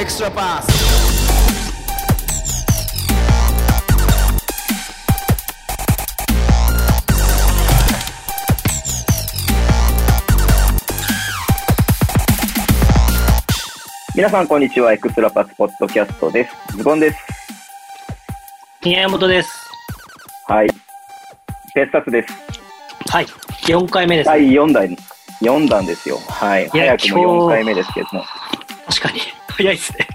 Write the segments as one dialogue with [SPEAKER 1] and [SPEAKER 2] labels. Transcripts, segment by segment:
[SPEAKER 1] extra pass.
[SPEAKER 2] 皆さん、こんにちは。エクストラパスポッドキャストです。ズボンです。
[SPEAKER 3] 宮本です。
[SPEAKER 2] はい。別冊です。
[SPEAKER 3] はい。4回目です。
[SPEAKER 2] 第4弾、4弾ですよ。はい。
[SPEAKER 3] や
[SPEAKER 2] 早くも
[SPEAKER 3] 今
[SPEAKER 2] 4
[SPEAKER 3] 日
[SPEAKER 2] 回目ですけども。
[SPEAKER 3] 確かに。 早いですね。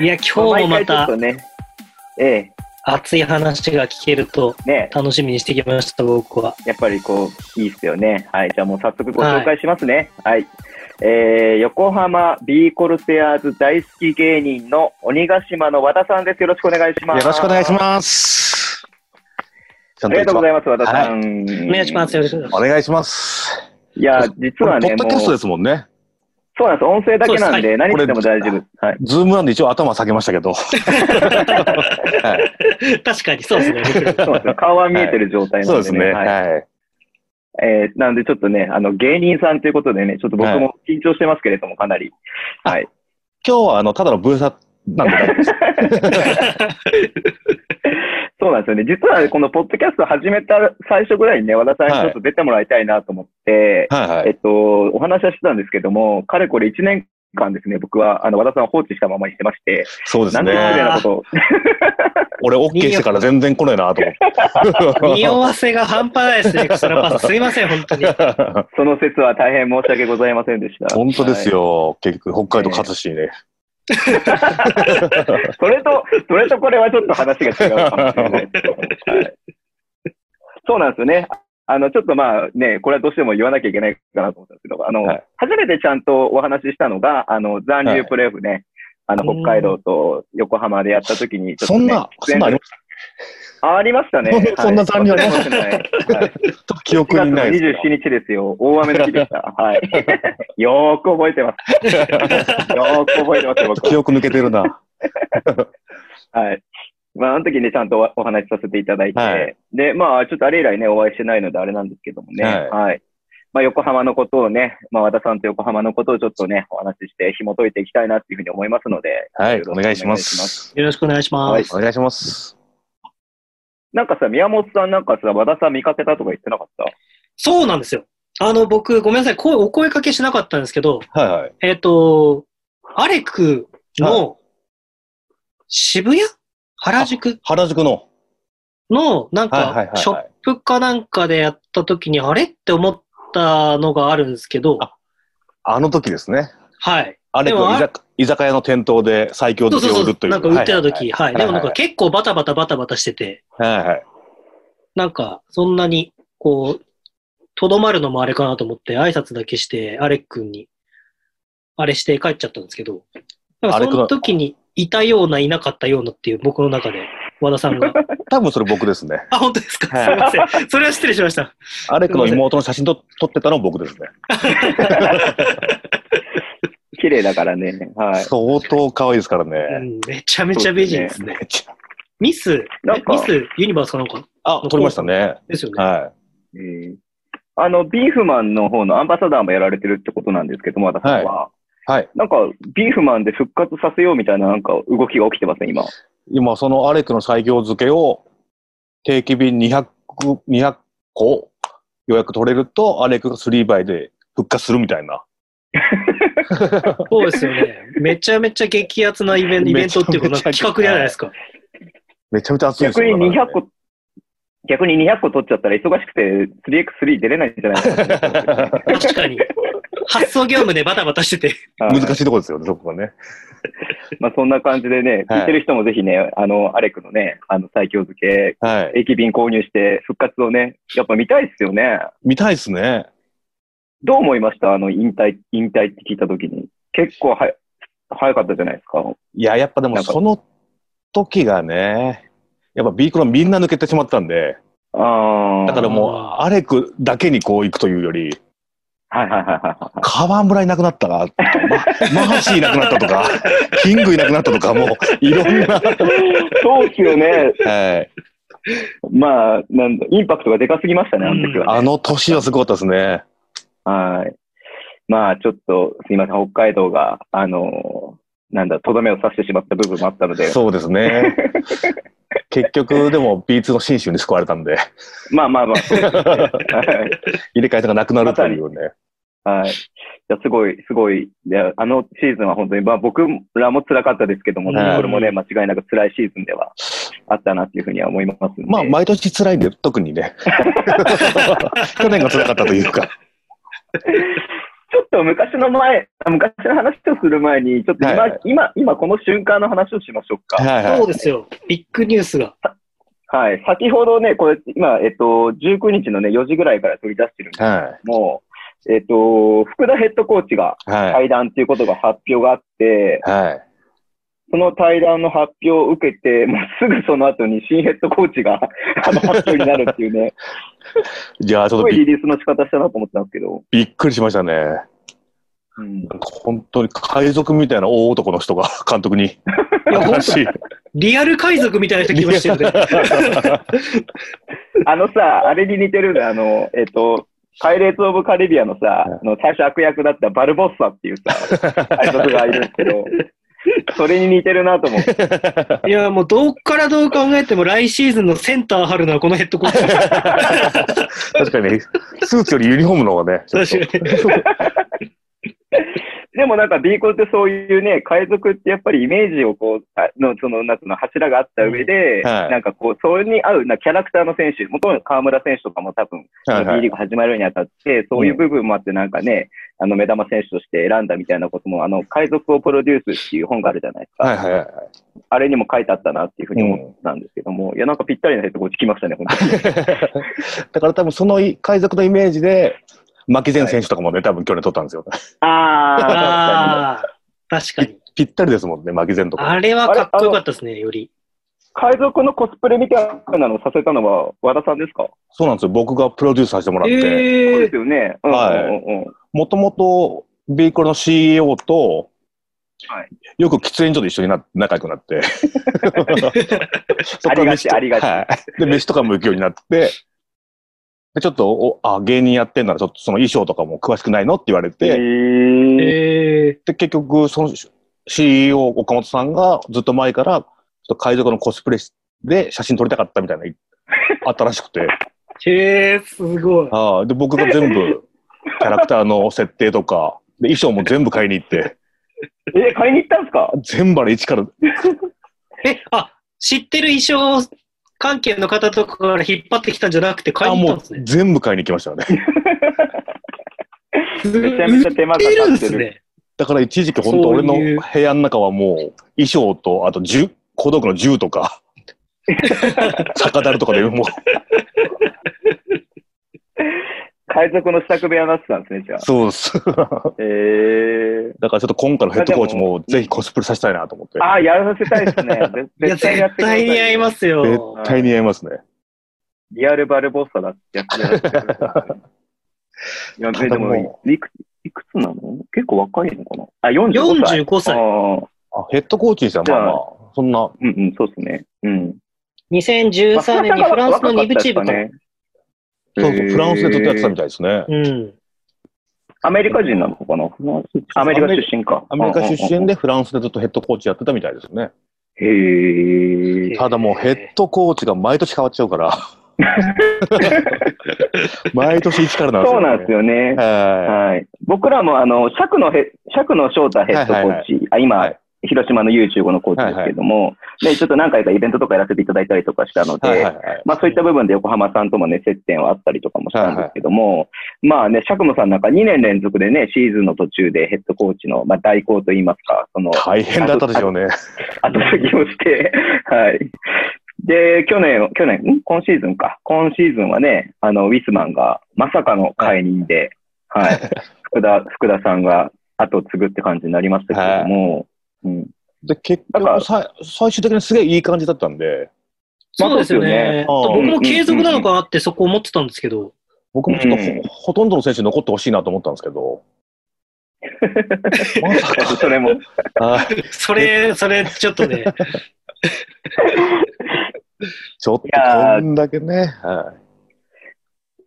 [SPEAKER 3] いや、今日も
[SPEAKER 2] 毎
[SPEAKER 3] ま
[SPEAKER 2] 回ちょったとね、ええ、
[SPEAKER 3] 熱い話が聞けると
[SPEAKER 2] ね、
[SPEAKER 3] 楽しみにしてきました、僕は。
[SPEAKER 2] やっぱりこう、いいっすよね。はい。じゃあもう早速ご紹介しますね。はい。えー、横浜 B コルセアーズ大好き芸人の鬼ヶ島の和田さんです。よろしくお願いします。
[SPEAKER 4] よろしくお願いし
[SPEAKER 2] す。
[SPEAKER 4] ます。
[SPEAKER 2] ありがとうございます、和田さん。
[SPEAKER 3] お願いします。よろしくお願いし
[SPEAKER 4] お願いします。
[SPEAKER 2] いや、実はね、
[SPEAKER 4] これポッドキャストですもんね。
[SPEAKER 2] そうなんです。音声だけな
[SPEAKER 3] そ
[SPEAKER 2] ん
[SPEAKER 3] う
[SPEAKER 2] で、
[SPEAKER 3] で
[SPEAKER 2] 何
[SPEAKER 4] これ
[SPEAKER 2] しても大丈夫。はい。
[SPEAKER 4] ズームなんで一応頭下げました けど。はい
[SPEAKER 3] ます。確かに、そうで すね。
[SPEAKER 2] そうですね顔は見えてる状態
[SPEAKER 4] そ
[SPEAKER 2] な
[SPEAKER 4] うんで
[SPEAKER 2] ですね。
[SPEAKER 4] ね。
[SPEAKER 2] はい
[SPEAKER 4] はい。
[SPEAKER 2] えーなんでちょっとね、あの、芸人さんということでね、ちょっと僕も緊張してますけれども、かなり。はい。
[SPEAKER 4] 今日はあの、ただのブーサなんで大丈夫です。
[SPEAKER 2] そうなんですよね。実はこのポッドキャスト始めた最初ぐらいにね、和田さんにちょっと出てもらいたいなと思って、
[SPEAKER 4] はいは
[SPEAKER 2] え
[SPEAKER 4] い。
[SPEAKER 2] っと、お話はしてたんですけども、かれこれ1年間ですね、僕は、あの、和田さんを放置したままにしてまして、
[SPEAKER 4] そうです
[SPEAKER 2] なんて失礼
[SPEAKER 4] ね。
[SPEAKER 2] なことを。
[SPEAKER 4] 俺 OK してから全然来ねえなと思って
[SPEAKER 3] 匂わせが半端ないですね、エクストラパ ス。すいません、本当に。。
[SPEAKER 2] その説は大変申し訳ございませんでした。
[SPEAKER 4] 本当ですよ。結局、北海道勝つしね。
[SPEAKER 2] それと、それとこれはちょっと話が違うかもしれ ないですけどはいそうなんですよね。あの、ちょっとまあね、これはどうしても言わなきゃいけないかなと思ったんですけど、あの、
[SPEAKER 4] はい
[SPEAKER 2] 初めてちゃんとお話ししたのが、あの、残留プレーオフね、あの、北海道と横浜でやった時に、ちょっ
[SPEAKER 4] そ
[SPEAKER 2] とね、
[SPEAKER 4] んな、
[SPEAKER 2] 出
[SPEAKER 4] そん
[SPEAKER 2] 演
[SPEAKER 4] なありまし。
[SPEAKER 2] あありましたね
[SPEAKER 4] そんな残留ありました
[SPEAKER 2] ね。はい
[SPEAKER 4] たちょっと記憶にないです
[SPEAKER 2] 7月27日ですよ。大 雨の日でした。はい。よーく覚えて ます。よーく覚えてますよ、僕は
[SPEAKER 4] 記憶抜けてるな。
[SPEAKER 2] はい。まあ、あの時ね、ちゃんとおお話しさせていただいて、
[SPEAKER 4] はい
[SPEAKER 2] で、まあ、ちょっとあれ以来ね、お会いしてないのであれなんですけどもね、
[SPEAKER 4] はい
[SPEAKER 2] はい。まあ、横浜のことをね、まあ、和田さんと横浜のことをちょっとね、お話しして、紐解いていきたいなっていうふうに思いますので、
[SPEAKER 4] はい
[SPEAKER 2] よ、ろ
[SPEAKER 4] お
[SPEAKER 2] しく
[SPEAKER 4] 願いします。
[SPEAKER 3] よろしくお願いします。
[SPEAKER 2] はい
[SPEAKER 4] お願いします。
[SPEAKER 2] なんかさ、宮本さんなんかさ、和田さん見かけたとか言ってなかった
[SPEAKER 3] そうなんですよ。あの、僕、ごめんなさい、声お声かけしなかったんですけど、
[SPEAKER 4] はいはい。
[SPEAKER 3] えっ、と、アレクの渋谷原宿
[SPEAKER 4] 原宿の。
[SPEAKER 3] のなん
[SPEAKER 4] はいはいはい
[SPEAKER 3] か
[SPEAKER 4] はい
[SPEAKER 3] ショップかなんかでやった時にあれって思ったのがあるんですけど、
[SPEAKER 4] ああの時ですね。
[SPEAKER 3] はい。
[SPEAKER 4] あれ
[SPEAKER 3] でもあ
[SPEAKER 4] 居酒居酒屋の店頭で最強
[SPEAKER 3] そ
[SPEAKER 4] 好
[SPEAKER 3] う
[SPEAKER 4] き
[SPEAKER 3] そ
[SPEAKER 4] を売
[SPEAKER 3] うそ
[SPEAKER 4] ると
[SPEAKER 3] う。
[SPEAKER 4] いう。
[SPEAKER 3] なんか売ってた時、
[SPEAKER 4] は
[SPEAKER 3] はいい。
[SPEAKER 4] はいは
[SPEAKER 3] で
[SPEAKER 4] い
[SPEAKER 3] もなんか結構バタバタバタバタしてて、
[SPEAKER 4] はいはいはい。
[SPEAKER 3] なんかそんなにこう、とどまるのもあれかなと思って挨拶だけしてアレックに、あれして帰っちゃったんですけど、なんか
[SPEAKER 4] アレ
[SPEAKER 3] そ
[SPEAKER 4] クの
[SPEAKER 3] の時にいたようないなかったようなっていう僕の中で和田さん が
[SPEAKER 4] 多分それ僕ですね。
[SPEAKER 3] あ、本当ですか、
[SPEAKER 4] はい
[SPEAKER 3] すいません。それは失礼しました。
[SPEAKER 4] アレクの妹の写真と撮ってたの僕ですね。
[SPEAKER 2] 綺麗だからね。はい。
[SPEAKER 4] 相当可愛いですから
[SPEAKER 3] う
[SPEAKER 4] ね。
[SPEAKER 3] ん、めちゃめちゃ美人です
[SPEAKER 4] め
[SPEAKER 3] ね。
[SPEAKER 4] っちゃ
[SPEAKER 3] ミス、え
[SPEAKER 2] なんか
[SPEAKER 3] ミスユニバースかなんか
[SPEAKER 4] あ、撮りましたね。
[SPEAKER 3] ですよね。
[SPEAKER 4] は
[SPEAKER 2] えーあの、ビーフマンの方のアンバサダーもやられてるってことなんですけども、和田さんは。
[SPEAKER 4] い。はい。
[SPEAKER 2] なんか、ビーフマンで復活させようみたいな、なんか動きが起きてますね、今。
[SPEAKER 4] 今、そのアレクの最強漬けを定期便200、200個予約取れると、アレクが3倍で復活するみたいな。
[SPEAKER 3] そうですよね。めちゃめちゃ激アツなイベント、イベントっていうか、なんか
[SPEAKER 4] めちゃめちゃ
[SPEAKER 3] 企画じゃないですか。
[SPEAKER 4] めちゃめちゃ熱いです
[SPEAKER 2] 逆に
[SPEAKER 4] よ
[SPEAKER 2] 200個、逆に200個取っちゃったら忙しくて 3x3 出れないんじゃないか
[SPEAKER 4] だから
[SPEAKER 3] 確かに。発送業務でバタバタしてて。
[SPEAKER 2] な。はい
[SPEAKER 4] 難しいとこですよね、そこがね。
[SPEAKER 2] まあそんな感じでね、
[SPEAKER 4] はい
[SPEAKER 2] 聞いてる人もぜひね、あの、アレクのね、あの、最強漬け、
[SPEAKER 4] はい。
[SPEAKER 2] 駅便購入して復活をね、やっぱ見たいっすよね。
[SPEAKER 4] 見たいですね。
[SPEAKER 2] どう思いましたあの、引退、引退って聞いたときに。結構はや、早かったじゃないですか。
[SPEAKER 4] いや、やっぱで
[SPEAKER 2] な
[SPEAKER 4] も
[SPEAKER 2] んか
[SPEAKER 4] その時がね、やっぱ B クロみんな抜けてしまったんで、
[SPEAKER 2] ああ。
[SPEAKER 4] だからもう
[SPEAKER 3] あー
[SPEAKER 4] アレクだけにこう行くというより、
[SPEAKER 2] はいはいはいはいはい。
[SPEAKER 4] 川村いなくなったな、ま、マーシーいなくなったと か、キングいなくなったとか、もういろ んな、
[SPEAKER 2] そうっすよね。
[SPEAKER 4] はい、
[SPEAKER 2] まあ、なんだ、インパクトがでかすぎましたね、あの時は、ね。
[SPEAKER 4] あの年はすごかったですね。
[SPEAKER 2] はい。まあ、ちょっと、すみません、北海道が、あのなんだ、とどめを刺してしまった部分もあったので、
[SPEAKER 4] そうです ね。結局、でも B2 の新州に救われたんで、
[SPEAKER 2] まあまあまあ、そう ですねはい
[SPEAKER 4] 入れ替えたがなくなるというね。
[SPEAKER 2] はい。いや、すごい、すごい。いや、あのシーズンは本当に、まあ僕らも辛かったですけども、
[SPEAKER 4] うん
[SPEAKER 2] これもね、間違いなく辛いシーズンではあったなっていうふうには思いますんで。
[SPEAKER 4] まあ、毎年辛いんで、特に ね。去年が辛かったという か。
[SPEAKER 2] ちょっと昔の前、昔の話をする前に、ちょっと今、
[SPEAKER 4] はいはい
[SPEAKER 2] 今、今この瞬間の話をしましょうか。
[SPEAKER 4] はいは
[SPEAKER 3] そう
[SPEAKER 4] い。
[SPEAKER 3] ですよ。ビッグニュースが。
[SPEAKER 2] はい。先ほどね、これ、今、えっと、19日のね、4時ぐらいから取り出してるんです
[SPEAKER 4] は
[SPEAKER 2] けども、えっと、福田ヘッドコーチが
[SPEAKER 4] い。はい。
[SPEAKER 2] 対談っていうことが発表があって、
[SPEAKER 4] はい。
[SPEAKER 2] その対談の発表を受けて、もうすぐその後に新ヘッドコーチが あの発表になるっていう ね、
[SPEAKER 4] じゃあ、ち
[SPEAKER 2] す
[SPEAKER 4] ょっ
[SPEAKER 2] ご
[SPEAKER 4] と
[SPEAKER 2] い
[SPEAKER 4] び
[SPEAKER 2] リリースの仕方したなと思ったんですけど、
[SPEAKER 4] びっくりしましたね。
[SPEAKER 2] うん
[SPEAKER 4] なんか本当に海賊みたいな大男の人が 監督に
[SPEAKER 3] いや、ほん
[SPEAKER 4] 話し
[SPEAKER 3] リアル海賊みたいな人来ましたよね。
[SPEAKER 2] あのさ、あれに似てるの、あの、えっ、と、パイレーツ・オブ・カリビアのさ、あの最初悪役だったバルボッサっていう さ、海賊がいるんですけど、それに似てるなと思って、
[SPEAKER 3] いや、もうどっからどう考えても来シーズンのセンター張るのはこのヘッドコーチ。
[SPEAKER 4] 確かにね、スーツよりユニフォームの方がね、ちょっと
[SPEAKER 3] 確かに。
[SPEAKER 2] でもなんかビーコルってそういうね、海賊ってやっぱりイメージをこう、あのその、なんつうの、柱があった上で、
[SPEAKER 4] うんはい
[SPEAKER 2] なんかこう、それに合うなキャラクターの選手、もともと河村選手とかも多分、
[SPEAKER 4] はいは
[SPEAKER 2] B リー
[SPEAKER 4] い。
[SPEAKER 2] グ始まるにあたって、そういう部分もあって、なんかね、あの目玉選手として選んだみたいなことも、あの海賊をプロデュースっていう本があるじゃないですか、
[SPEAKER 4] はいはいはい。
[SPEAKER 2] あれにも書いてあったなっていうふうに思ったんですけども、いや、なんかぴったりなヘッドコーチ来ましたね、本 当に。
[SPEAKER 4] だから多分その海賊のイメージで、牧前選手とかもね、多分去年取ったんですよ。
[SPEAKER 2] ああ、
[SPEAKER 3] ああ、確かに。
[SPEAKER 4] ぴったりですもんね、牧前とか。
[SPEAKER 3] あれはかっこよかったですね、より。
[SPEAKER 2] 海賊のコスプレみたいなのをさせたのは和田さんですか、
[SPEAKER 4] そうなんですよ。僕がプロデュースさせてもらって、
[SPEAKER 2] そう
[SPEAKER 3] え
[SPEAKER 2] で
[SPEAKER 3] え
[SPEAKER 2] すよね。うんうんうんうん
[SPEAKER 4] もともとビーコルの CEO と
[SPEAKER 2] はい、
[SPEAKER 4] よく喫煙所で一緒にな仲良くなっ て、そ
[SPEAKER 2] あ
[SPEAKER 4] っか
[SPEAKER 2] り
[SPEAKER 4] ら
[SPEAKER 2] が
[SPEAKER 4] 飯
[SPEAKER 2] ち、
[SPEAKER 4] と
[SPEAKER 2] ありがち。
[SPEAKER 4] はい。で、飯とかも行くようになって、で、ちょっと、お、あ、芸人やってんなら、ちょっとその衣装とかも詳しくないのって言われ
[SPEAKER 2] へ
[SPEAKER 4] て、
[SPEAKER 2] ー
[SPEAKER 3] ええ
[SPEAKER 4] で、結局、その CEO、岡本さんがずっと前から、ちょっと海賊のコスプレで写真撮りたかったみたいな、あったらしく て、
[SPEAKER 3] へえ、すごい。
[SPEAKER 4] ああ、で、僕が全部、キャラクターの設定とか、で、衣装も全部買いに行って、
[SPEAKER 2] え、買いに行ったんですか
[SPEAKER 4] 全部あれ一から、
[SPEAKER 3] え、あ、知ってる衣装関係の方とかから引っ張ってきたんじゃなくて買いに行ったんです
[SPEAKER 4] あも
[SPEAKER 3] ね
[SPEAKER 4] う。全部買いに行きましたよね。
[SPEAKER 3] す
[SPEAKER 2] めちゃめちゃ手間
[SPEAKER 3] 売って
[SPEAKER 2] か
[SPEAKER 3] る
[SPEAKER 2] か
[SPEAKER 3] ん
[SPEAKER 2] っ
[SPEAKER 3] で
[SPEAKER 2] て
[SPEAKER 3] す
[SPEAKER 2] る。
[SPEAKER 3] ね。
[SPEAKER 4] だから一時期本当
[SPEAKER 3] そうい
[SPEAKER 4] 俺
[SPEAKER 3] う
[SPEAKER 4] の部屋の中はもう衣装と、あと銃、小道具の銃 とか、酒樽とかでもう、
[SPEAKER 2] 海賊の支度部屋になってたんですね、じゃあ。
[SPEAKER 4] そうです。だか
[SPEAKER 2] えー。
[SPEAKER 4] らちょっと今回のヘッドコーチもぜひコスプレさせたいなと思って。
[SPEAKER 2] ああ、やらせたいですね。 絶
[SPEAKER 3] いや、
[SPEAKER 2] 絶対や
[SPEAKER 3] 絶
[SPEAKER 2] ってください。
[SPEAKER 3] 対に合いますよ。
[SPEAKER 4] 絶対に合いますね。
[SPEAKER 2] リアルバルボッサだってやってく ださいいや、
[SPEAKER 4] た
[SPEAKER 2] で
[SPEAKER 4] だ
[SPEAKER 2] も
[SPEAKER 4] も
[SPEAKER 2] いく、いくつなの結構若いのかなあ、45歳。
[SPEAKER 3] 45歳。
[SPEAKER 2] ああ、
[SPEAKER 4] あヘッドコーチにしたらまあまあ、そんな、
[SPEAKER 2] うんうん、そうですね。うん。
[SPEAKER 3] 2013年にフランスの2部チームから。
[SPEAKER 2] ね。
[SPEAKER 4] そうそうフランスでずっとやってた
[SPEAKER 2] たい。
[SPEAKER 4] みたいですね。
[SPEAKER 3] うん。
[SPEAKER 2] アメリカ人なのかなフランスアメリカ出身か。
[SPEAKER 4] アメリカ出
[SPEAKER 2] うんうんう
[SPEAKER 4] 身
[SPEAKER 2] ん。
[SPEAKER 4] でフランスでずっとヘッドコーチやってたみたいですね。
[SPEAKER 2] へえ。
[SPEAKER 4] ただもうヘッドコーチが毎年変わっちゃう から。毎年一からなんです
[SPEAKER 2] そ
[SPEAKER 4] よ、
[SPEAKER 2] う
[SPEAKER 4] ね。
[SPEAKER 2] なんですよね。
[SPEAKER 4] は
[SPEAKER 2] はい。僕らも、あの、尺のへ、尺の翔太ヘッドコーチ、あ、今、
[SPEAKER 4] はい
[SPEAKER 2] 広島の U15 のコーチですけども、ね、ちょっと何回かイベントとかやらせていただいたりとかしたので、
[SPEAKER 4] い。はいはいはい。
[SPEAKER 2] まあそういった部分で横浜さんともね、接点はあったりとかもしたんですけども、まあね、釈野さんなんか2年連続でね、シーズンの途中でヘッドコーチの、まあ代行といいますか、その、
[SPEAKER 4] 大変だったでしょうね。
[SPEAKER 2] 後先をして、 はい。で、去年、去年、ん今シーズンか。今シーズンはね、あの、ウィスマンがまさかの解任で、はい。福田、福田さんが後を継ぐって感じになりましたけれども、うん。
[SPEAKER 4] で、結
[SPEAKER 2] なん
[SPEAKER 4] 局
[SPEAKER 2] か
[SPEAKER 4] さい、最終的にすげえいい感じだったんで、
[SPEAKER 3] そうですよね。
[SPEAKER 4] まあそうですよね
[SPEAKER 3] 僕も継続なのかなってそこ思ってたんですけど。
[SPEAKER 4] 僕もちょっと
[SPEAKER 2] うん
[SPEAKER 4] ほほとんどの選手に残ってほしいなと思ったんです けど、まさ
[SPEAKER 2] それも、
[SPEAKER 4] か、はい
[SPEAKER 3] それ、それ、ちょっとね。
[SPEAKER 4] ちょっと
[SPEAKER 2] いやー
[SPEAKER 4] こんだけね、は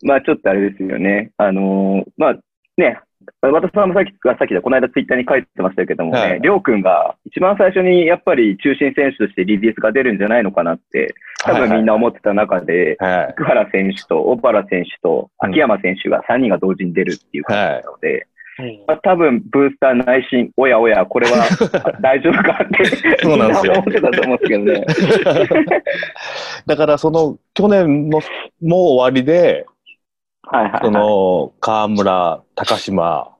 [SPEAKER 2] まあちょっとあれですよね。あのーまあね、和田さんもさっき、がさっきだ、この間ツイッターに書いてましたけども
[SPEAKER 4] は
[SPEAKER 2] ね
[SPEAKER 4] い、
[SPEAKER 2] りょうくんが一番最初にやっぱり中心選手として DBS が出るんじゃないのかなって、多分みんな思ってた中で、
[SPEAKER 4] はいはい。
[SPEAKER 2] 福原選手と小原選手と秋山選手が3人が同時に出るっていう感じなので、
[SPEAKER 3] うん
[SPEAKER 2] まあ、多分ブースター内心、おやおや、これは 大丈夫かって、
[SPEAKER 4] そうなんですよ
[SPEAKER 2] み思ってたと思うんですけどね。
[SPEAKER 4] だからその去年のもう終わりで、
[SPEAKER 2] はいはい、はい。
[SPEAKER 4] その河村、高島、
[SPEAKER 2] は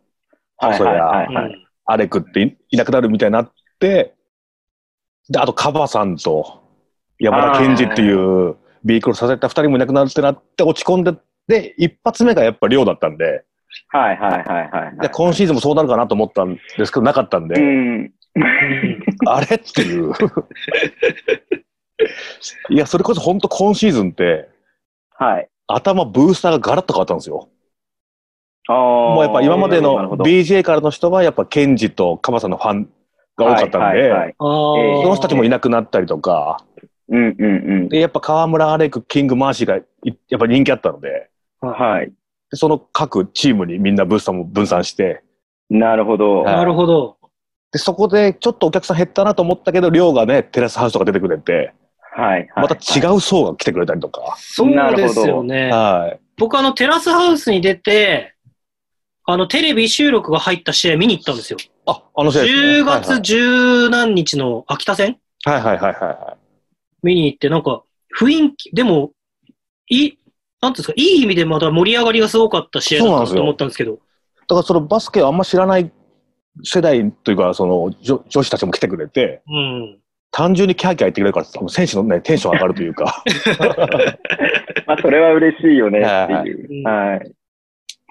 [SPEAKER 2] いはいはいはい、
[SPEAKER 3] うん
[SPEAKER 4] アレクっていいなくなるみたいになって、であとカバさんと山田健二っていうビークルさせた二人もいなくなるってなって落ち込んで、で、一発目がやっぱ量だったんで、
[SPEAKER 2] はいはいはいはいは
[SPEAKER 4] で
[SPEAKER 2] い。
[SPEAKER 4] 今シーズンもそうなるかなと思ったんですけど、なかったん
[SPEAKER 2] う
[SPEAKER 4] で、
[SPEAKER 2] ん。
[SPEAKER 4] あれっていう。 いや、それこそ本当今シーズンって、
[SPEAKER 2] はい。
[SPEAKER 4] 頭ブースターがガラッと変わったんですよ。
[SPEAKER 2] も
[SPEAKER 4] もうやっぱ今までの BJ からの人はやっぱケンジとカバさんのファンが多かったんで、
[SPEAKER 3] あ
[SPEAKER 2] え
[SPEAKER 3] ー
[SPEAKER 2] え
[SPEAKER 4] その人たちもいなくなったりとか、
[SPEAKER 2] うんうん
[SPEAKER 4] でやっぱ河村、アレク、キング、マーシーがいやっぱ人気あったので、
[SPEAKER 2] うん。はい。
[SPEAKER 4] でその各チームにみんなブースターも分散して、
[SPEAKER 2] なるほど。
[SPEAKER 4] はい
[SPEAKER 3] なるほど。
[SPEAKER 4] でそこでちょっとお客さん減ったなと思ったけど、量がね、テラスハウスとか出てくれて、
[SPEAKER 2] はい。
[SPEAKER 4] また違う層が来てくれたりとか、
[SPEAKER 3] そうですよね。
[SPEAKER 4] はい、
[SPEAKER 3] 僕あのテラスハウスに出て、あのテレビ収録が入った試合見に行ったんですよ。
[SPEAKER 4] ああの試合です、ね、
[SPEAKER 3] 10月十何日の秋田戦
[SPEAKER 4] はいはいはいはいは
[SPEAKER 3] 見に行って、なんか雰囲気、でも、いい、なんていうんですか、いい意味でまだ盛り上がりがすごかった試合だ
[SPEAKER 4] そうなん
[SPEAKER 3] った
[SPEAKER 4] ですよ
[SPEAKER 3] と思ったんですけど、
[SPEAKER 4] い。だからそのバスケをあんま知らない世代というか、その女女子たちも来てくれて、
[SPEAKER 3] うん。
[SPEAKER 4] 単純にキャーキャー言ってくれるから、多分選手のね、テンション上がるというか、
[SPEAKER 2] まあ、それは嬉しいよねっていう。
[SPEAKER 3] は
[SPEAKER 2] はい。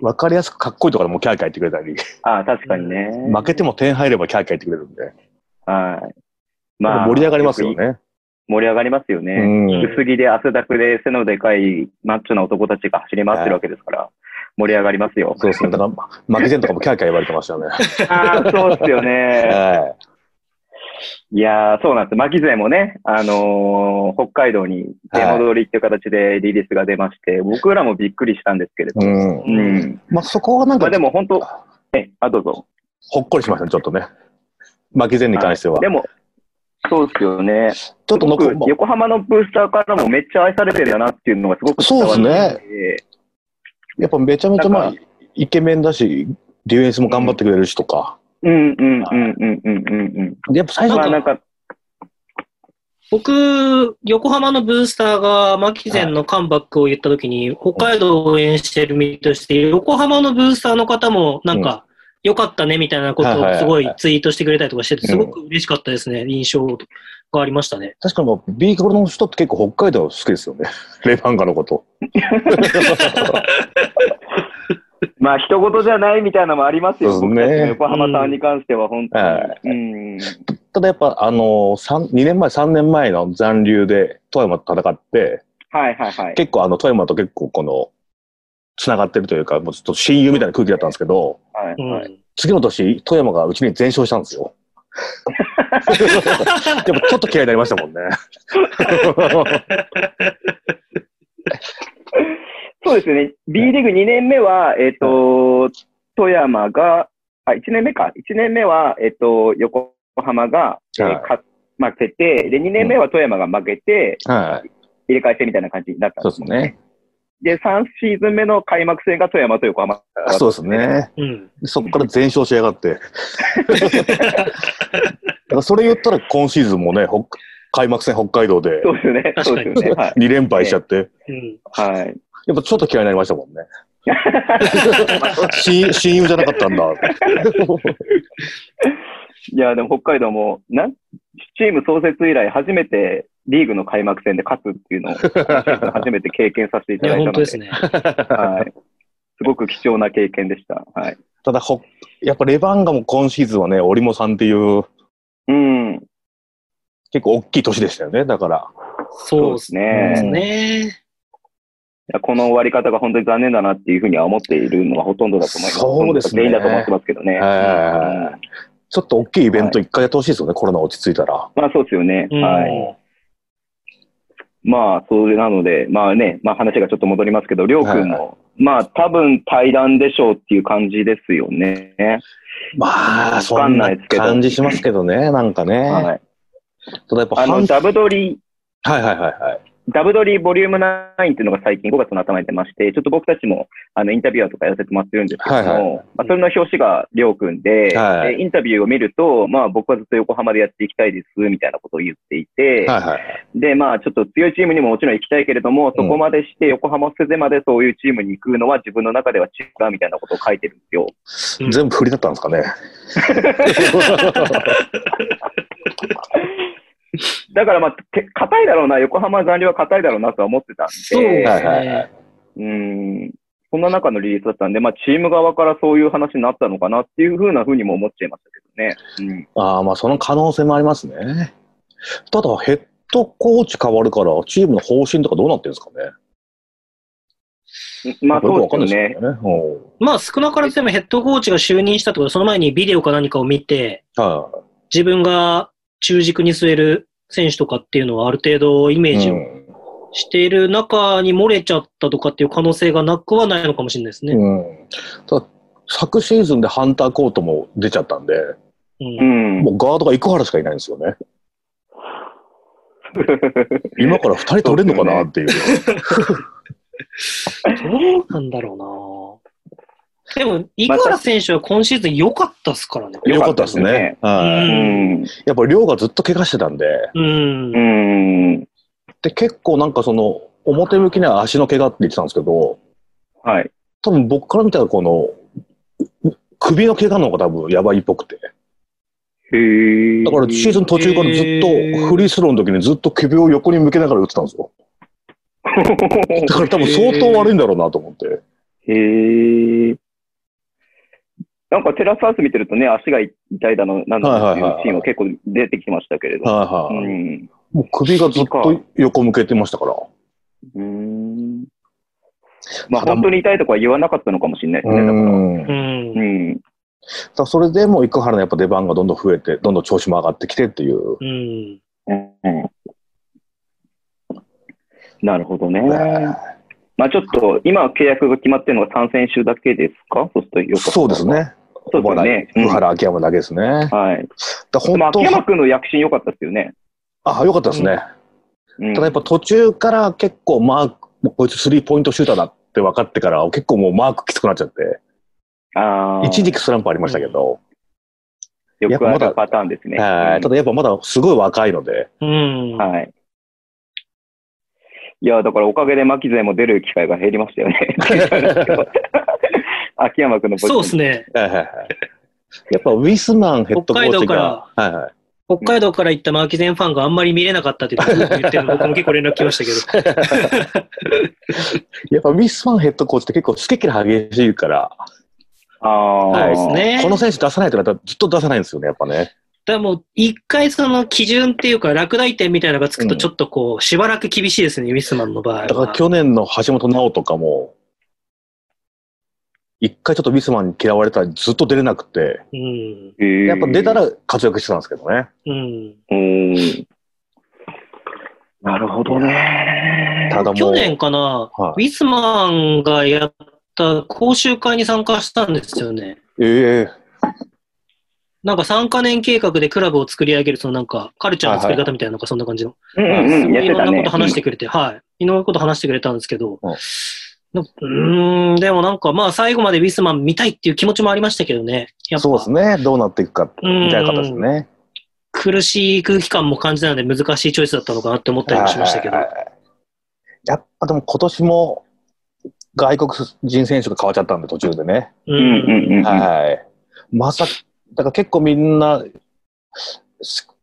[SPEAKER 4] わかりやすくかっこいいとかでもキャーキャー言ってくれた
[SPEAKER 2] ああ、確かにね。
[SPEAKER 4] り、負けても点入ればキャーキャー言ってくれるんで、
[SPEAKER 2] はい。
[SPEAKER 4] 盛り上がりますよ。ね。
[SPEAKER 2] 盛り上がりますよ
[SPEAKER 4] う
[SPEAKER 2] ね。
[SPEAKER 4] ん。
[SPEAKER 2] 薄着で汗だくで背のでかいマッチョな男たちが走り回ってるわけですから、盛り上がりますよ。
[SPEAKER 4] そうですね。だから、負け戦とかもキャーキャー言われてましたね。
[SPEAKER 2] ああ、 そうですよね。
[SPEAKER 4] はい
[SPEAKER 2] やー、そうなんです。巻き勢もね、あのー北海道に出戻りっていう形でリリースが出まして、僕らもびっくりしたんですけれど。
[SPEAKER 4] い。うん。
[SPEAKER 2] うん。
[SPEAKER 4] まあ、そこはなん
[SPEAKER 2] ま
[SPEAKER 4] か
[SPEAKER 2] あで、も本当、え、あ、どうぞ。
[SPEAKER 4] ほっこりしましたね、ちょっとね。負け戦に関しては。
[SPEAKER 2] でも、そうですよね。ち
[SPEAKER 4] ちょっと残
[SPEAKER 2] 横浜のブースターからもめっちゃ愛されてるんだなっていうのがすごく伝わって
[SPEAKER 4] そうやっぱめちゃめちゃま
[SPEAKER 2] な
[SPEAKER 4] あ
[SPEAKER 2] ん、
[SPEAKER 4] イケメンだし、ディフェンスも頑張ってくれるしとか。
[SPEAKER 2] うんうんうんうんうんうんうん。
[SPEAKER 4] でやっぱ最初
[SPEAKER 2] まあ
[SPEAKER 4] か
[SPEAKER 2] な
[SPEAKER 4] ら
[SPEAKER 2] んか、
[SPEAKER 3] 僕、横浜のブースターが、マキゼンのカムバックを言ったときに、北海道を応援してる身として、横浜のブースターの方も、なんか、良かったねみたいなこと
[SPEAKER 4] はいは
[SPEAKER 3] を
[SPEAKER 4] いはい
[SPEAKER 3] すごいツイートしてくれたりとかしてて、
[SPEAKER 4] うん
[SPEAKER 3] すごく嬉しかったですね。印象がありましたね。
[SPEAKER 4] 確かにもうビーコルの人って結構北海道好きですよね。 レバンガのこと。
[SPEAKER 2] まあ人事じゃないみたいなのもありますよ。
[SPEAKER 4] そう
[SPEAKER 2] 僕
[SPEAKER 4] ですね
[SPEAKER 2] たちの横浜さんに関しては本当
[SPEAKER 4] は
[SPEAKER 2] に。うん。
[SPEAKER 4] ただやっぱあの三2年前3年前の残留で富山と戦って
[SPEAKER 2] はいはいはい。
[SPEAKER 4] 結構あの富山と結構このつながってるというかもうちょっと親友みたいな空気だったんですけど
[SPEAKER 2] はい
[SPEAKER 3] うん。
[SPEAKER 2] はい
[SPEAKER 4] 次の年富山がうちに全勝したんですよ。やっぱちょっと嫌いになりましたもんね。
[SPEAKER 2] そうですね。B リーグ2年目は、えっと、富山が、あ、1年目か。1年目は、えっと、横浜が、え
[SPEAKER 4] はい
[SPEAKER 2] ーか負けて、で、2年目は富山が負けて、
[SPEAKER 4] はい。
[SPEAKER 2] 入れ替えてみたいな感じになったん
[SPEAKER 4] そ
[SPEAKER 2] で
[SPEAKER 4] うですすね。
[SPEAKER 2] で、3シーズン目の開幕戦が富山と横浜。
[SPEAKER 4] そうですね。
[SPEAKER 3] うん。
[SPEAKER 4] そこから全勝しやがって。だからそれ言ったら今シーズンもね、北開幕戦北海道で
[SPEAKER 2] そうですよね。そう
[SPEAKER 3] 確
[SPEAKER 2] で
[SPEAKER 3] か
[SPEAKER 2] すよ
[SPEAKER 3] に
[SPEAKER 2] ね。はい。
[SPEAKER 4] 2連敗しちゃって、
[SPEAKER 3] うん。
[SPEAKER 2] はい。
[SPEAKER 4] やっぱちょっと嫌いになりましたもんね。親親友じゃなかったんだ。
[SPEAKER 2] いや、でも北海道も、なん、チーム創設以来初めてリーグの開幕戦で勝つっていうのを、初めて経験させてい
[SPEAKER 3] い
[SPEAKER 2] た
[SPEAKER 3] や、
[SPEAKER 2] だいた
[SPEAKER 3] 本
[SPEAKER 2] の
[SPEAKER 3] 当
[SPEAKER 2] で、
[SPEAKER 3] ですね。
[SPEAKER 2] はい。すごく貴重な経験でした。はい。
[SPEAKER 4] ただほ、やっぱレバンガも今シーズンはね、オリモさんっていう
[SPEAKER 2] うん。
[SPEAKER 4] 結構大きい年でしたよね、だから。
[SPEAKER 3] そうです
[SPEAKER 2] そうです
[SPEAKER 4] ね
[SPEAKER 3] ね。
[SPEAKER 2] いやこの終わり方が本当に残念だなっていうふうには思っているのはほとんどだと思います。
[SPEAKER 4] そうですね
[SPEAKER 2] 全員だと思ってますけどね。
[SPEAKER 4] は
[SPEAKER 2] うん
[SPEAKER 4] ちょっと大きいイベント一回やってほしいですよね、コロナ落ち着いたら。
[SPEAKER 2] まあそうですよね。
[SPEAKER 3] うん
[SPEAKER 2] はい。まあ、それなので、まあね、まあ話がちょっと戻りますけど、りょうくん
[SPEAKER 4] は
[SPEAKER 2] も、まあ多分対談でしょうっていう感じですよね。
[SPEAKER 4] まあ、
[SPEAKER 2] わ
[SPEAKER 4] そ
[SPEAKER 2] か
[SPEAKER 4] ん
[SPEAKER 2] んな
[SPEAKER 4] ない
[SPEAKER 2] ですけど
[SPEAKER 4] 感じしますけどね、なんかね。
[SPEAKER 2] はい。
[SPEAKER 4] ただやっぱ
[SPEAKER 2] あの、
[SPEAKER 4] 半
[SPEAKER 2] ダブドリ、
[SPEAKER 4] はいはいはいはい。
[SPEAKER 2] ダブドリボリューム9っていうのが最近5月の頭に出まして、ちょっと僕たちもあのインタビュアーとかやらせてもらってるんですけども、
[SPEAKER 4] はい
[SPEAKER 2] まあ、それの表紙がりょうくんで、
[SPEAKER 4] はい
[SPEAKER 2] でインタビューを見ると、まあ僕はずっと横浜でやっていきたいです、みたいなことを言っていて、
[SPEAKER 4] はいはい。
[SPEAKER 2] で、まあちょっと強いチームにももちろん行きたいけれども、そこまでして横浜捨ててまでそういうチームに行くのは自分の中では違うみたいなことを書いてるんですよ。
[SPEAKER 3] うん
[SPEAKER 4] 全部振りだったんです かね。
[SPEAKER 2] だからまあ、て硬いだろうな、横浜残留は硬いだろうなとは思ってたんで、
[SPEAKER 3] そうで
[SPEAKER 4] は
[SPEAKER 3] す
[SPEAKER 4] いはいは
[SPEAKER 3] ね。
[SPEAKER 2] うん、そんな中のリリースだったんで、まあ、チーム側からそういう話になったのかなっていうふうなふうにも思っちゃいましたけどね。
[SPEAKER 4] ああ、まあその可能性もありますね。ただヘッドコーチ変わるから、チームの方針とかどうなってるんですかね。
[SPEAKER 2] うん、まあ、
[SPEAKER 4] よく
[SPEAKER 2] そうで
[SPEAKER 4] わか
[SPEAKER 2] す
[SPEAKER 4] んな
[SPEAKER 2] よ
[SPEAKER 4] いで
[SPEAKER 2] ね。
[SPEAKER 4] すけどね。う
[SPEAKER 3] まあ少なからずでもヘッドコーチが就任したってことは、その前にビデオか何かを見て、
[SPEAKER 4] んはい
[SPEAKER 3] 自分が中軸に据える選手とかっていうのはある程度イメージ
[SPEAKER 4] う
[SPEAKER 3] を
[SPEAKER 4] ん
[SPEAKER 3] している中に漏れちゃったとかっていう可能性がなくはないのかもしれないですね。
[SPEAKER 4] うん、ただ昨シーズンでハンターコートも出ちゃったんで、
[SPEAKER 3] うん
[SPEAKER 2] うん。
[SPEAKER 4] もうガードが生原しかいないんですよね。今から2人取れるのかなっていう。
[SPEAKER 3] どうなんだろうなでも、井
[SPEAKER 2] ま
[SPEAKER 3] 原
[SPEAKER 2] た
[SPEAKER 3] 選手は今シーズン良かったっすからね。
[SPEAKER 4] よかったですね。
[SPEAKER 2] う
[SPEAKER 4] は
[SPEAKER 3] うん
[SPEAKER 4] い。
[SPEAKER 2] ん。
[SPEAKER 4] やっぱり量がずっと怪我してたんで、
[SPEAKER 3] うん
[SPEAKER 2] う。ん。
[SPEAKER 4] で、結構なんかその、表向きには足の怪我って言ってたんですけど、
[SPEAKER 2] はい。
[SPEAKER 4] 多分僕から見たらこの、首の怪我の方が多分やばいっぽくて。
[SPEAKER 2] へえ。
[SPEAKER 4] だからシーズン途中からずっと、フリースローの時にずっと首を横に向けながら打ってたんですよ。だ から多分相当悪いんだろうなと思って。
[SPEAKER 2] へえ。なんかテラスハウス見てるとね、足が痛いだの、なんだのってい
[SPEAKER 4] はいはいは
[SPEAKER 2] う
[SPEAKER 4] い
[SPEAKER 2] シーンは結構出てきましたけれど。
[SPEAKER 4] は
[SPEAKER 2] う
[SPEAKER 4] いはい。
[SPEAKER 2] ん。
[SPEAKER 4] もう首がずっと横向けてましたから。
[SPEAKER 2] うん。まあ本当に痛いとかは言わなかったのかもしれないですね。だから。
[SPEAKER 4] うん
[SPEAKER 3] う
[SPEAKER 4] だか
[SPEAKER 3] ん
[SPEAKER 2] う。ん。
[SPEAKER 4] らそれでもう生原のやっぱ出番がどんどん増えて、どんどん調子も上がってきてっていう。
[SPEAKER 3] うん。
[SPEAKER 2] うんなるほどね。
[SPEAKER 4] ね
[SPEAKER 2] まあちょっと、今契約が決まってるのが3選手だけですかそうするとよく
[SPEAKER 4] そうです。ね。
[SPEAKER 2] そうですよね
[SPEAKER 4] 小原生原、秋山だけですね。だか
[SPEAKER 2] はい。
[SPEAKER 4] ら本
[SPEAKER 2] まあ、
[SPEAKER 4] 当
[SPEAKER 2] 秋山君の躍進良かったですよね。
[SPEAKER 4] あ、よかったですね。
[SPEAKER 3] うん
[SPEAKER 2] うん
[SPEAKER 4] ただやっぱ途中から結構マーク、もうこいつスリーポイントシューターだって分かってから、結構もうマークきつくなっちゃって、
[SPEAKER 2] あー
[SPEAKER 4] 一時期スランプありましたけど、
[SPEAKER 2] よくあ
[SPEAKER 4] やっぱま
[SPEAKER 2] る
[SPEAKER 4] だ
[SPEAKER 2] パターンですね。
[SPEAKER 4] はいただやっぱまだすごい若いので、
[SPEAKER 3] うん。
[SPEAKER 2] はい。いや、だからおかげで巻き勢も出る機会が減りましたよ ね。秋山君のポジショ
[SPEAKER 3] そ
[SPEAKER 2] ン
[SPEAKER 3] うですね。
[SPEAKER 4] はいはいはいやっぱウィスマンヘッドコ
[SPEAKER 3] 北
[SPEAKER 4] ーチ
[SPEAKER 3] 海道か
[SPEAKER 4] が
[SPEAKER 3] ら、
[SPEAKER 4] はいはい、
[SPEAKER 3] 北海道から行ったマーキゼンファンがあんまり見れなかったってずっと言って るの、僕も結構連絡来ましたけど。
[SPEAKER 4] やっぱウィスマンヘッドコーチって結構好き嫌い激しいから、
[SPEAKER 2] ああ、
[SPEAKER 4] はい
[SPEAKER 3] そうですね。
[SPEAKER 4] この選手出さないとなったらずっと出さないんですよね、やっぱね。
[SPEAKER 3] でも、一回その基準っていうか、落第点みたいなのがつくと、ちょっとこう、しばらく厳しいですね、ウィスマンの場合は。
[SPEAKER 4] だから去年の橋本直とかも、一回ちょっとウィスマンに嫌われたらずっと出れなくて、
[SPEAKER 3] うん。
[SPEAKER 2] や
[SPEAKER 4] やっぱ出たら活躍してたんですけどね。
[SPEAKER 3] うん。
[SPEAKER 2] うんなるほどね。
[SPEAKER 4] ただもう、
[SPEAKER 3] 去年かな、
[SPEAKER 4] は
[SPEAKER 3] ウィスマンがやった講習会に参加したんですよね。
[SPEAKER 4] い、え
[SPEAKER 3] なんか3カ年計画でクラブを作り上げる、そのなんか、カルチャーの作り方みたいな、なんかそんな感じの。
[SPEAKER 2] うん
[SPEAKER 3] す
[SPEAKER 2] うんうん、
[SPEAKER 3] ご
[SPEAKER 2] やっ
[SPEAKER 3] いい
[SPEAKER 2] て
[SPEAKER 3] ろ
[SPEAKER 2] た
[SPEAKER 3] んなこ
[SPEAKER 2] ね
[SPEAKER 3] と。話してくれて、はい。いろんなこと話してくれたんですけど、
[SPEAKER 4] うん
[SPEAKER 3] なんかうーん、でもなんかまあ最後までウィスマン見たいっていう気持ちもありましたけどね。
[SPEAKER 4] え
[SPEAKER 3] やっぱ
[SPEAKER 4] そうですね。どうなっていくか、みたいな形です
[SPEAKER 3] うん
[SPEAKER 4] ね。
[SPEAKER 3] 苦しい空気感も感じたので難しいチョイスだったのかなって思ったりもしましたけど。
[SPEAKER 4] はいはいはいやっぱでも今年も外国人選手が変わっちゃったんで、途中でね。
[SPEAKER 3] う
[SPEAKER 2] うんうんうん。
[SPEAKER 4] はい。まさだから結構みんな、す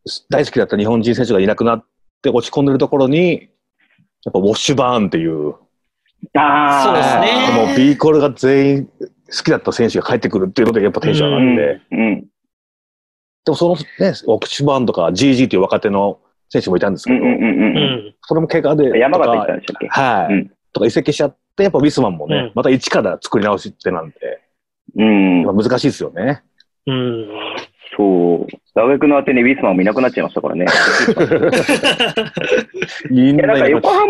[SPEAKER 4] す大好きだった日本人選手がいなくなって落ち込んでるところに、やっぱウォッシュバーンっていう、
[SPEAKER 2] あ
[SPEAKER 3] そうです
[SPEAKER 2] あ、
[SPEAKER 3] ね
[SPEAKER 4] もう B コールが全員好きだった選手が帰ってくるっていうので、やっぱテンション上がって、
[SPEAKER 2] うん。
[SPEAKER 4] でもそのね、ウォッシュバーンとか GG っていう若手の選手もいたんです
[SPEAKER 2] う
[SPEAKER 4] け
[SPEAKER 2] ん
[SPEAKER 4] ど、
[SPEAKER 2] うんうん
[SPEAKER 3] う。
[SPEAKER 2] うん
[SPEAKER 4] それも怪我でと
[SPEAKER 2] ん。
[SPEAKER 4] か、
[SPEAKER 2] 山形行ったんでしたっけ
[SPEAKER 4] はい、
[SPEAKER 2] うん
[SPEAKER 4] とか移籍しちゃって、やっぱウィスマンもね、
[SPEAKER 3] うん
[SPEAKER 4] また一から作り直しってなんで、
[SPEAKER 2] うん
[SPEAKER 4] まあ。難しいですよね。
[SPEAKER 3] うん。
[SPEAKER 2] そう。大学のあてにウィスマンもいなくなっちゃいましたからね。
[SPEAKER 4] み
[SPEAKER 2] い
[SPEAKER 4] ん
[SPEAKER 2] や、
[SPEAKER 4] な
[SPEAKER 2] なんか横浜、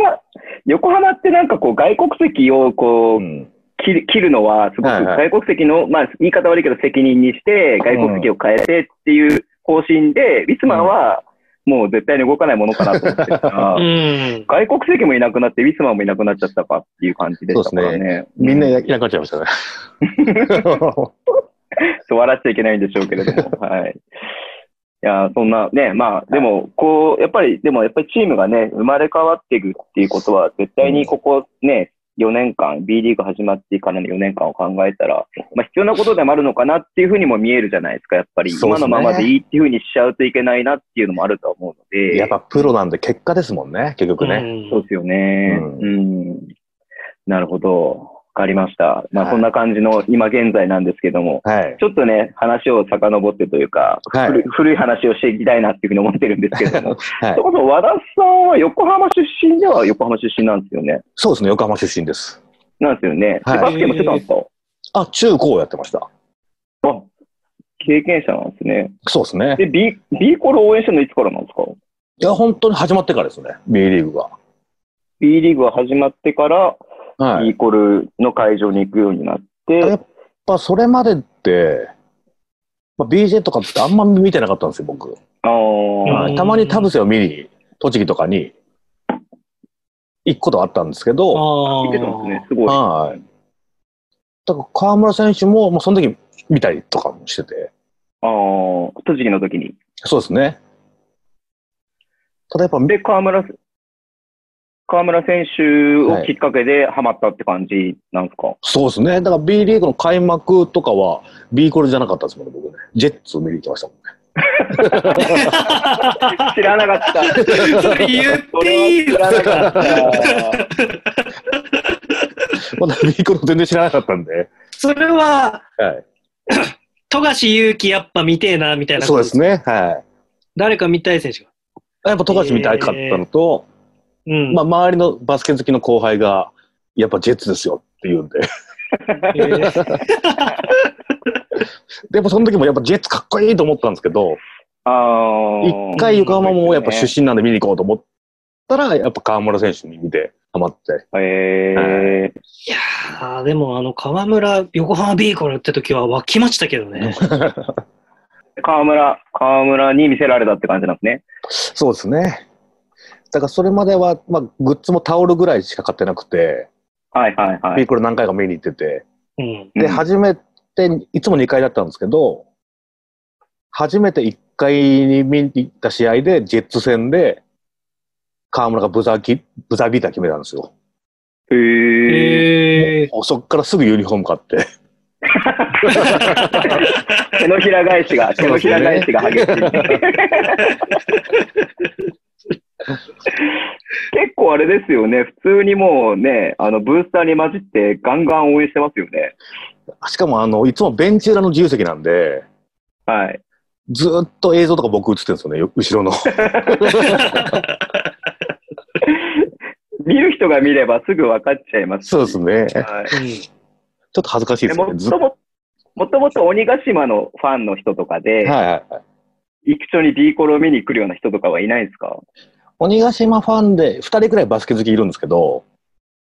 [SPEAKER 2] 横浜ってなんかこう外国籍をこ
[SPEAKER 4] う
[SPEAKER 2] う、
[SPEAKER 4] ん
[SPEAKER 2] 切る切るのはすごく
[SPEAKER 4] はいはい
[SPEAKER 2] 外国籍の、まあ言い方悪いけど責任にして外国籍を変えてっていう方針で、ウィスマンはもう絶対に動かないものかなと思ってたから
[SPEAKER 3] うん。
[SPEAKER 2] 外国籍もいなくなってウィスマンもいなくなっちゃったかっていう感じでしたからね。
[SPEAKER 4] みんな
[SPEAKER 2] う
[SPEAKER 4] いなくなっちゃいました ね。
[SPEAKER 2] そう笑っちゃいけないんでしょうけれど も、はい。いやー、そんな、ね、まあ、でも、こう、やっぱり、でも、やっぱりチームがね、生まれ変わっていくっていうことは、絶対にここね、4年間、B リーグ始まってからの4年間を考えたら、まあ、必要なことでもあるのかなっていうふうにも見えるじゃないですか、やっぱり。
[SPEAKER 4] そう
[SPEAKER 2] 今
[SPEAKER 4] ですね
[SPEAKER 2] のままでいいっていうふうにしちゃうといけないなっていうのもあると思うので。
[SPEAKER 4] やっぱプロなんで結果ですもんね、結局ね。
[SPEAKER 2] そうですよね。
[SPEAKER 4] うん
[SPEAKER 2] うん。なるほど。わかりました。ま
[SPEAKER 4] は
[SPEAKER 2] あ、
[SPEAKER 4] い
[SPEAKER 2] そんな感じの今現在なんですけども、
[SPEAKER 4] はい。
[SPEAKER 2] ちょっとね、話を遡ってというか、
[SPEAKER 4] はい
[SPEAKER 2] 古い古い話をしていきたいなっていうふうに思ってるんですけれども、
[SPEAKER 4] は
[SPEAKER 2] そ
[SPEAKER 4] い、
[SPEAKER 2] もそも和田さんは横浜出身では横浜出身なんですよね。
[SPEAKER 4] そうですね、横浜出身です。
[SPEAKER 2] なんですよね。で
[SPEAKER 4] はい
[SPEAKER 2] バスケもしてたんですか、
[SPEAKER 4] あ、中高やってました。
[SPEAKER 2] あ経験者なんですね。
[SPEAKER 4] そうですね。
[SPEAKER 2] で、B、B コロ応援したのいつからなんですか
[SPEAKER 4] いや、本当に始まってからですね、B リーグが。
[SPEAKER 2] ?B リーグが始まってから、
[SPEAKER 4] はい。や
[SPEAKER 2] B コルの会場に行くようになって、
[SPEAKER 4] はいっぱそれまでって、まあ、BJ とかってあんま見てなかったんですよ、僕。
[SPEAKER 2] あ
[SPEAKER 3] うん
[SPEAKER 2] ー
[SPEAKER 4] はいたまに田臥を見に、栃木とかに行くことはあったんですけど、
[SPEAKER 3] ああ。
[SPEAKER 2] 行ってたんですね。すごい。
[SPEAKER 4] はい。だから川村選手も、もうその時見たりとかもしてて。
[SPEAKER 2] あー栃木の時に。
[SPEAKER 4] そうですね。ただやっぱ、
[SPEAKER 2] で、河村、河村選手をきっかけでハマったって感じなんですか、
[SPEAKER 4] そうですね。だから B リーグの開幕とかは B コールじゃなかったですもんね、僕ね。ジェッツを見に行きましたもんね。
[SPEAKER 2] 知らなかった。
[SPEAKER 3] それ言っていい
[SPEAKER 2] 知らなか った。
[SPEAKER 4] まだ B コール全然知らなかったんで。
[SPEAKER 3] それは、
[SPEAKER 4] は
[SPEAKER 3] 富樫勇樹やっぱ見てえな、みたい
[SPEAKER 4] い。
[SPEAKER 3] な。
[SPEAKER 4] そうです。ね。は
[SPEAKER 3] 誰か見たい選手が。
[SPEAKER 4] い。やっぱ富樫見たかったのと、
[SPEAKER 3] うん。
[SPEAKER 4] まあ周りのバスケ好きの後輩が、やっぱジェッツですよって言うんで。
[SPEAKER 3] えー
[SPEAKER 4] で、やっぱその時もやっぱジェッツかっこいいと思ったんですけど、
[SPEAKER 2] あー
[SPEAKER 4] 一回横浜もやっぱ出身なんで見に行こうと思ったら、やっぱ川村選手に見てハマって。
[SPEAKER 2] え
[SPEAKER 3] いやー、でもあの、河村、横浜ビーコルって時は湧きましたけどね。
[SPEAKER 2] ー、河村、河村に見せられたって感じなんですね。
[SPEAKER 4] そうですね。だからそれまでは、まあ、グッズもタオルぐらいしか買ってなくて、
[SPEAKER 2] はいはいは
[SPEAKER 4] ビー
[SPEAKER 2] い。
[SPEAKER 4] コル何回か見に行ってて、
[SPEAKER 3] うん。
[SPEAKER 2] う
[SPEAKER 4] で、
[SPEAKER 2] ん
[SPEAKER 4] 初めて、いつも2階だったんですけど、初めて1階に見に行った試合で、ジェッツ戦で、川村がブザーキ、ブザービーター決めたんですよ。
[SPEAKER 2] へえ
[SPEAKER 3] えー、
[SPEAKER 4] もうそっからすぐユニフォーム買って。
[SPEAKER 2] 手のひら返し が、手のひら返しが 激しい。結構あれですよね、普通にもうね、あのブースターに混じって、ガンガン応援してますよね。
[SPEAKER 4] しかも、あの、いつもベンチ裏の自由席なんで、
[SPEAKER 2] はい。
[SPEAKER 4] ずーっと映像とか僕映ってるんですよねよ、後ろの。
[SPEAKER 2] 見る人が見ればすぐ分かっちゃいます。
[SPEAKER 4] そうですね。ちょっ
[SPEAKER 2] はい
[SPEAKER 4] と恥ずかし
[SPEAKER 2] で
[SPEAKER 4] いです
[SPEAKER 2] も
[SPEAKER 4] ね。ず
[SPEAKER 2] と
[SPEAKER 4] は
[SPEAKER 2] ももともと鬼ヶ島のファンの人とか
[SPEAKER 4] い
[SPEAKER 2] で、
[SPEAKER 4] はいはい。
[SPEAKER 2] 育長に B コロを見に来るような人とかはいないですか
[SPEAKER 4] 鬼ヶ島ファンで2人くらいバスケ好きいるんですけど、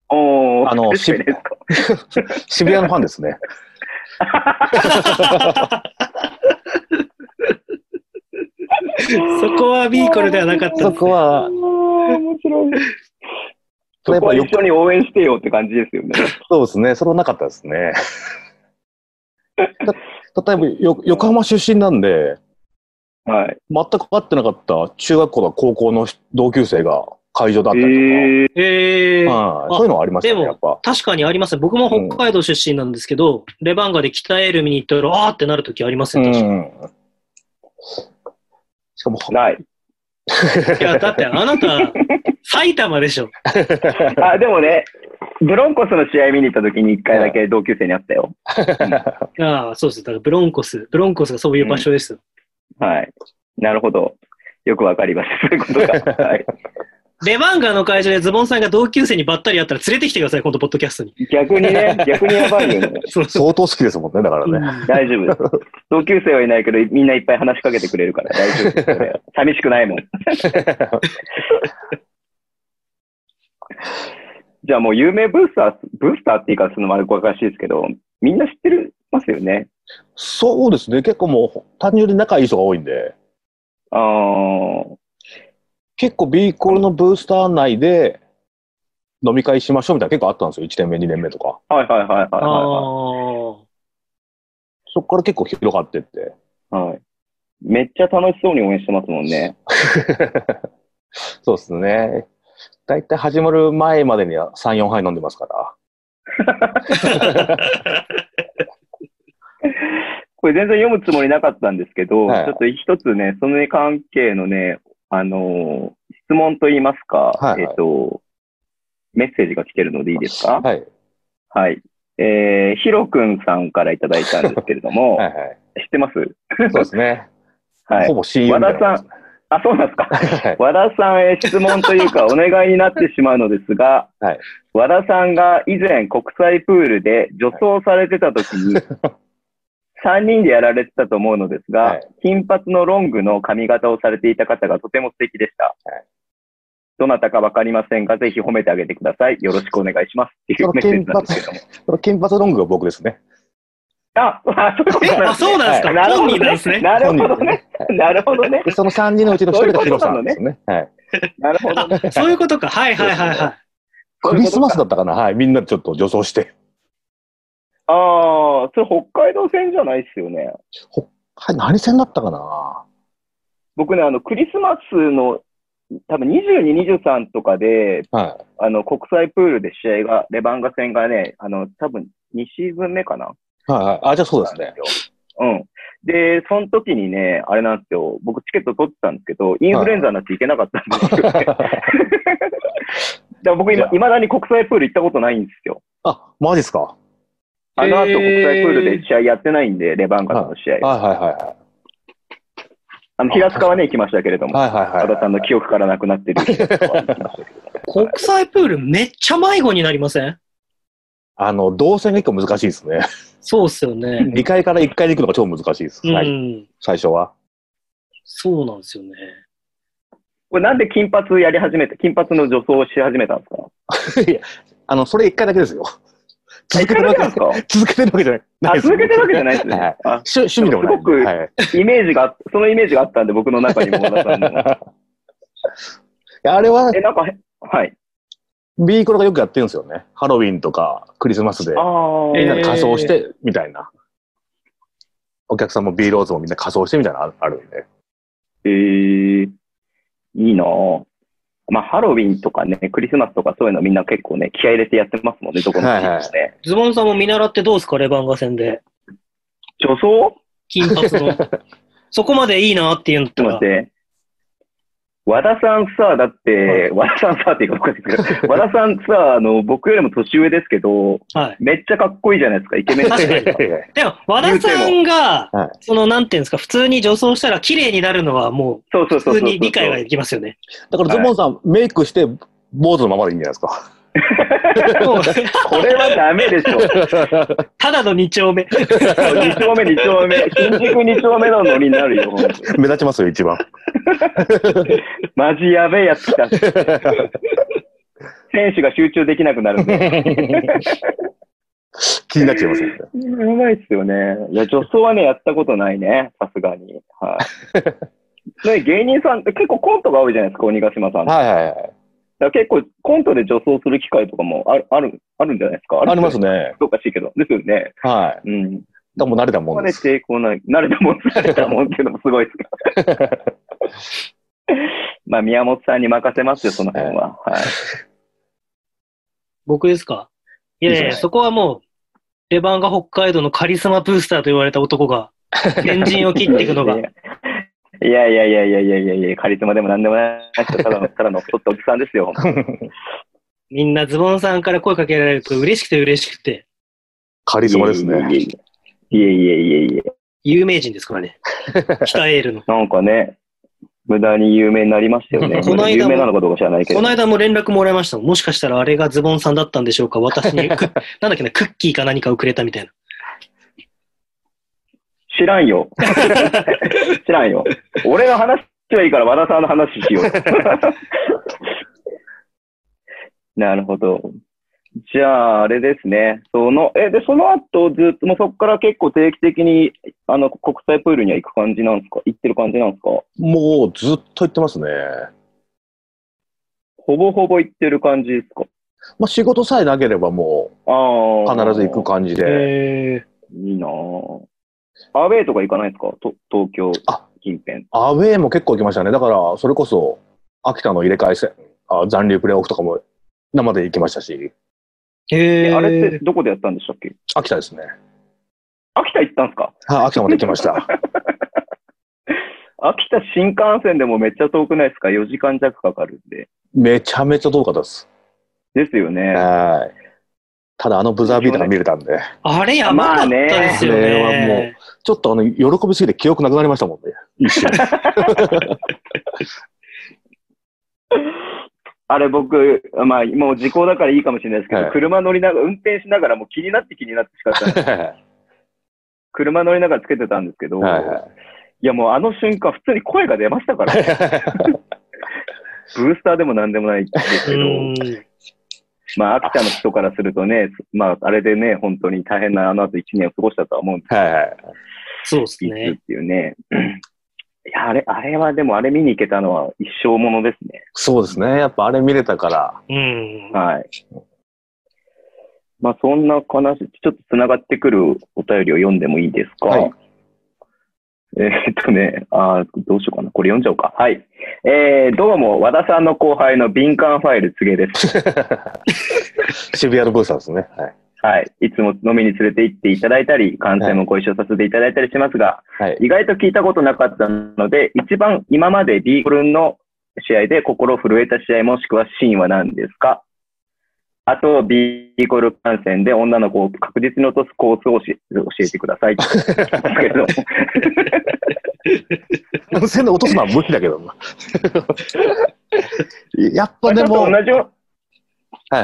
[SPEAKER 2] おー
[SPEAKER 4] あの
[SPEAKER 2] 嬉しいですか
[SPEAKER 4] 渋谷のファンで すね。
[SPEAKER 3] そこはビーコルではなかった
[SPEAKER 4] そ
[SPEAKER 3] です
[SPEAKER 4] こは、
[SPEAKER 2] 面白い。そ
[SPEAKER 4] それやっ
[SPEAKER 2] こ
[SPEAKER 4] ぱ
[SPEAKER 2] は
[SPEAKER 4] よく
[SPEAKER 2] 一緒に応援してよって感じですよね。
[SPEAKER 4] そうですね。それはなかったで すね。た例えばよ、横浜出身なんで、
[SPEAKER 2] はい。
[SPEAKER 4] 全く会ってなかった中学校とか高校の人同級生が会場だったりとか、
[SPEAKER 2] えー、
[SPEAKER 3] えー、
[SPEAKER 4] はい
[SPEAKER 3] あ
[SPEAKER 4] そういうのはありまし
[SPEAKER 3] で
[SPEAKER 4] たね、
[SPEAKER 3] も
[SPEAKER 4] やっぱ。
[SPEAKER 3] 確かにありますね。僕も北海道出身なんですけど、レバンガで北エール見に行ったら、あーってなるときあります
[SPEAKER 4] う
[SPEAKER 3] よ、確かに
[SPEAKER 4] ん。しかも、
[SPEAKER 2] ない。
[SPEAKER 3] いや、だってあなた、埼玉でしょ。
[SPEAKER 2] あ、でもね、ブロンコスの試合見に行った時に一回だけ同級生に会ったよ。
[SPEAKER 3] ああ、そうです。だからブロンコス、ブロンコスがそういう場所ですよ。
[SPEAKER 2] はい。なるほど。よくわかりました。そういうことか。はい。
[SPEAKER 3] レバンガの会社でズボンさんが同級生にばったり会ったら連れてきてください、今度、ポッドキャストに。
[SPEAKER 2] 逆にね、逆にやばいよね。
[SPEAKER 3] そうそう。
[SPEAKER 4] 相当好きですもんね、だからね。
[SPEAKER 3] うん
[SPEAKER 2] 大丈夫です。同級生はいないけど、みんないっぱい話しかけてくれるから大丈夫ですそれ。寂しくないもん。じゃあもう有名ブースター、ブースターって言い方するのもあれおかしいですけど、みんな知ってるますよね。
[SPEAKER 4] そうですね、結構もう、単純に仲いい人が多いんで、
[SPEAKER 2] あー
[SPEAKER 4] 結構 B コールのブースター内で飲み会しましょうみたいな結構あったんですよ、1年目、2年目とか。
[SPEAKER 2] はいはいはいはい
[SPEAKER 3] あ
[SPEAKER 2] は
[SPEAKER 3] ー
[SPEAKER 4] そこから結構広がってって。
[SPEAKER 2] い、はいはい。めっちゃ楽しそうに応援してますもんね。
[SPEAKER 4] そうですね。だいたい始まる前までには3、4杯飲んでますから。
[SPEAKER 2] これ全然読むつもりなかったんですけど、
[SPEAKER 4] はい
[SPEAKER 2] ちょっと一つね、その関係のね、あのー質問といいますか、
[SPEAKER 4] はいはい
[SPEAKER 2] えっ、と、メッセージが来てるのでいいですか
[SPEAKER 4] はい。
[SPEAKER 2] はい。えー、ヒロくんさんからいただいたんですけれども、
[SPEAKER 4] はいはい。
[SPEAKER 2] 知ってます
[SPEAKER 4] そうですね。
[SPEAKER 2] はい
[SPEAKER 4] ほ。ぼ親友みたいなもですね。
[SPEAKER 2] あ、そうなんですか。
[SPEAKER 4] はい
[SPEAKER 2] 和田さんへ質問というかお願いになってしまうのですが、
[SPEAKER 4] はい
[SPEAKER 2] 和田さんが以前国際プールで助走されてた時 に、3人でやられてたと思うのですが、
[SPEAKER 4] はい
[SPEAKER 2] 金髪のロングの髪型をされていた方がとても素敵でした。
[SPEAKER 4] はい
[SPEAKER 2] どなたかわかりませんが、ぜひ褒めてあげてください。よろしくお願いします。っていう
[SPEAKER 4] その
[SPEAKER 2] メッセージな
[SPEAKER 4] 金
[SPEAKER 2] んで
[SPEAKER 4] 髪
[SPEAKER 2] すけども。、
[SPEAKER 4] その 金髪ロングが僕ですね。
[SPEAKER 2] あ、あそう
[SPEAKER 3] えあそうなんですか、
[SPEAKER 2] なるほ
[SPEAKER 3] 本
[SPEAKER 2] ど
[SPEAKER 3] 人なんです
[SPEAKER 2] ね。
[SPEAKER 3] ね。
[SPEAKER 2] なるほどね。
[SPEAKER 4] 本
[SPEAKER 2] なるほどね。
[SPEAKER 4] で、その3人のうちの1人がヒロさんですね。はい。
[SPEAKER 2] なるほどね。
[SPEAKER 3] あ そういうことか。はいはいはい
[SPEAKER 4] そう
[SPEAKER 3] は
[SPEAKER 4] クリスマスだったかなはい。みんなでちょっと女装して。
[SPEAKER 2] ああ、それ北海道線じゃないですよね。
[SPEAKER 4] はい、何戦だったかな
[SPEAKER 2] 僕ね、あの、クリスマスの、多分22、23とかで、
[SPEAKER 4] は
[SPEAKER 2] あの、国際プールで試合が、レバンガ戦がね、あの、多分2シーズン目かな。
[SPEAKER 4] い。はいはい。あ、じゃあそうですね。
[SPEAKER 2] うん。で、その時にね、あれなんですよ、僕チケット取ってたんですけど、インフルエンザになって行けなかったんですよ、ね。 だから僕
[SPEAKER 4] じゃ
[SPEAKER 2] 今、
[SPEAKER 4] あ
[SPEAKER 2] いまだに国際プール行ったことないんですよ。
[SPEAKER 4] あ、マジですかは
[SPEAKER 2] あの後、
[SPEAKER 3] へー
[SPEAKER 2] 国際プールで試合やってないんで、レバンガの試
[SPEAKER 4] い
[SPEAKER 2] 合。
[SPEAKER 4] はいは
[SPEAKER 2] あの、平塚はね、行きましたけれど
[SPEAKER 4] い
[SPEAKER 2] も。
[SPEAKER 4] はい。はいはいは
[SPEAKER 2] 和
[SPEAKER 4] い。
[SPEAKER 2] 田さんの記憶からなくな ってる。
[SPEAKER 3] い。国際プールめっちゃ迷子になりません
[SPEAKER 4] あの、動線が結構難しいですね。
[SPEAKER 3] そうっすよね。
[SPEAKER 4] 2階から1階に行くのが超難しいです。
[SPEAKER 3] うん。
[SPEAKER 4] はい。最初は。
[SPEAKER 3] そうなんですよね。
[SPEAKER 2] これなんで金髪やり始めて、金髪の女装をし始めたんですか
[SPEAKER 4] いや、あの、それ1回だけで すよ。続けてるわ
[SPEAKER 2] 一
[SPEAKER 4] け
[SPEAKER 2] 回だけなんで
[SPEAKER 4] 続けてるわけじゃない。
[SPEAKER 2] すか
[SPEAKER 4] ない
[SPEAKER 2] あ
[SPEAKER 4] です
[SPEAKER 2] 続けてるわけじゃないですねあ
[SPEAKER 4] はい。趣趣味でもない。
[SPEAKER 2] すごく
[SPEAKER 4] はい
[SPEAKER 2] イメージが、そのイメージがあったんで、僕の中にも和田さん の。
[SPEAKER 4] いやあれは
[SPEAKER 2] え、なんか、へはい。
[SPEAKER 4] ビーコロがよくやってるんですよね。ハロウィンとかクリスマスで
[SPEAKER 2] あ
[SPEAKER 4] みんなで
[SPEAKER 2] ー
[SPEAKER 4] 仮装してみたいな。お客さんもビーローズもみんな仮装してみたいなのあある んで。
[SPEAKER 2] えー、いいなぁ。まあ、ハロウィンとかね、クリスマスとかそういうのみんな結構ね、気合い入れてやってますもんね、どこの国もね。
[SPEAKER 3] ズボンさんも見習ってどうですかレバンガ戦で。
[SPEAKER 2] 女装
[SPEAKER 3] 金髪の。 そこまでいいなっていうんだっ
[SPEAKER 2] ち
[SPEAKER 3] た
[SPEAKER 2] ょっと待
[SPEAKER 3] ら
[SPEAKER 2] っ。て。和田さんさ、だって、和田さんさっていうか、僕ですけど、和田さんさ、あの、僕よりも年上ですけど、
[SPEAKER 3] はい。
[SPEAKER 2] めっちゃかっこいいじゃないですか、イケメン
[SPEAKER 3] 確かに でも、和田さんが
[SPEAKER 4] はい、
[SPEAKER 3] その、なんていうんですか、普通に女装したら綺麗になるのはも
[SPEAKER 2] そうそう
[SPEAKER 3] う、
[SPEAKER 2] そうそうそう。
[SPEAKER 3] 普通に理解ができますよね。
[SPEAKER 4] だからズボンさん、メイクして坊主のままでいいんじゃないですか。
[SPEAKER 3] もう
[SPEAKER 2] これはダメでしょ。
[SPEAKER 3] ただの二丁目。
[SPEAKER 2] 2丁目、2丁目。新宿2丁目のノリになるよ、ほんと
[SPEAKER 4] 目立ちますよ、一番。
[SPEAKER 2] マジやべえやつ来た。選手が集中できなくなるんで。
[SPEAKER 4] 気になっちゃいますよね。
[SPEAKER 2] やばいっすよね。いや、女装はね、やったことないね、さすがに。はい。ね、芸人さんって結構コントが多いじゃないですか、鬼ヶ島さんって。
[SPEAKER 4] はいはいはい。
[SPEAKER 2] だから結構コントで女装する機会とかもある、ある、あるんじゃないですか
[SPEAKER 4] あります
[SPEAKER 2] ね。
[SPEAKER 4] ね。
[SPEAKER 2] おかしいけど。ですよね。
[SPEAKER 4] はい。
[SPEAKER 2] うん。
[SPEAKER 4] でもう慣れたも
[SPEAKER 2] ま
[SPEAKER 4] ん
[SPEAKER 2] ね
[SPEAKER 4] です。
[SPEAKER 2] 抵抗ない。慣れたもん、慣れたもんっていうのもすごいですけど。まあ、宮本さんに任せますよ、その辺は。はい。
[SPEAKER 3] 僕ですかいやいやい
[SPEAKER 4] いい
[SPEAKER 3] や
[SPEAKER 4] じゃない
[SPEAKER 3] そこはもう、レバンガ北海道のカリスマブースターと言われた男が、天神を切っていくのが
[SPEAKER 2] い。やいやいやいやいやいやいや、カリスマでもなんでもない人、た だの、ただの太ったおじさんですよ。
[SPEAKER 3] みんなズボンさんから声かけられると嬉しくて嬉しくて、
[SPEAKER 4] カリスマですね。
[SPEAKER 2] いえいえいえいえいえいえいえいえ。
[SPEAKER 3] 有名人ですからね。北エールの。
[SPEAKER 2] なんかね、無駄に有名になりましたよね。
[SPEAKER 3] この間も
[SPEAKER 2] 有名なのかどうか知らないけど。
[SPEAKER 3] この間も連絡もらいましたもん。もしかしたらあれがズボンさんだったんでしょうか私に、くなんだっけな、クッキーか何かをくれたみたいな。
[SPEAKER 2] 知らん よ。知らんよ。俺の話はいいから和田さんの話しよ う。なるほど。じゃあ、あれですね。その、え、で、その後ずっと、もうそこから結構定期的に、あの、国際プールには行く感じなんですか行ってる感じなんですか
[SPEAKER 4] もうずっと行ってますね。
[SPEAKER 2] ほぼほぼ行ってる感じですか
[SPEAKER 4] まあ仕事さえなければも
[SPEAKER 2] あ
[SPEAKER 4] う
[SPEAKER 2] あ。
[SPEAKER 4] 必ず行く感じで。
[SPEAKER 3] へ
[SPEAKER 2] いいなぁアウェイとか行かないですかと東京
[SPEAKER 4] あ
[SPEAKER 2] 近辺。
[SPEAKER 4] アウェーも結構行きましたね。だから、それこそ、秋田の入れ替え戦、あ残留プレーオフとかも生で行きましたし、
[SPEAKER 3] え。へ
[SPEAKER 2] え
[SPEAKER 3] え。
[SPEAKER 2] あれってどこでやったんでしたっけ
[SPEAKER 4] 秋田ですね。
[SPEAKER 2] 秋田行ったんですか
[SPEAKER 4] はい、秋田まで行きま した。
[SPEAKER 2] 秋田新幹線でもめっちゃ遠くないですか ?4 時間弱かかるんで。
[SPEAKER 4] めちゃめちゃ遠かったです。
[SPEAKER 2] ですよね。
[SPEAKER 4] はい。ただ、あのブザービーターが見れたんで、
[SPEAKER 3] あれやばかったですよね。
[SPEAKER 4] まあねあれはもちょっとあの、喜びすぎて記憶なくなりましたもんね。一瞬。
[SPEAKER 2] あれ僕、まあ、もう時効だからいいかもしれないですけど、
[SPEAKER 4] はい
[SPEAKER 2] 車乗りながら、運転しながらもう気になって気になってしか たない車乗りながらつけてたんですけど、
[SPEAKER 4] はい
[SPEAKER 2] い
[SPEAKER 4] は
[SPEAKER 2] やもうあの瞬間普通に声が出ました から、
[SPEAKER 4] い。
[SPEAKER 2] ブースターでもなんでもないですけど、
[SPEAKER 3] うん
[SPEAKER 2] まあ、秋田の人からするとね、まあ、あれでね、本当に大変なあの後1年を過ごしたとは思うんで
[SPEAKER 4] はいはい。
[SPEAKER 3] そうです
[SPEAKER 2] すけど、
[SPEAKER 3] ね。
[SPEAKER 2] っていうね。いや、あれ、あれはでも、あれ見に行けたのは一生ものですね。
[SPEAKER 4] そうですね。やっぱあれ見れたから。
[SPEAKER 3] うん。
[SPEAKER 2] はい。まあ、そんな話、ちょっと繋がってくるお便りを読んでもいいですか。
[SPEAKER 4] はい
[SPEAKER 2] えーっとね、あーどうしようかな。これ読んじゃおうか。はい。えー、どうも、和田さんの後輩の敏感ファイル、告げです。
[SPEAKER 4] 渋谷のブースターですね。はい。
[SPEAKER 2] はい。いつも飲みに連れて行っていただいたり、観戦もご一緒させていただいたりしますが、
[SPEAKER 4] はい。
[SPEAKER 2] 意外と聞いたことなかったので、一番今まで B コルンの試合で心震えた試合もしくはシーンは何ですかあと、B コル観戦で女の子を確実に落とすコースを教え教えてください。だけど
[SPEAKER 4] 線で落とすのは無理だけどな。 やっ
[SPEAKER 2] ま
[SPEAKER 4] ぱ
[SPEAKER 2] あち
[SPEAKER 4] で
[SPEAKER 2] ょっ
[SPEAKER 4] も、
[SPEAKER 2] と
[SPEAKER 4] はい
[SPEAKER 2] 同じよ
[SPEAKER 4] は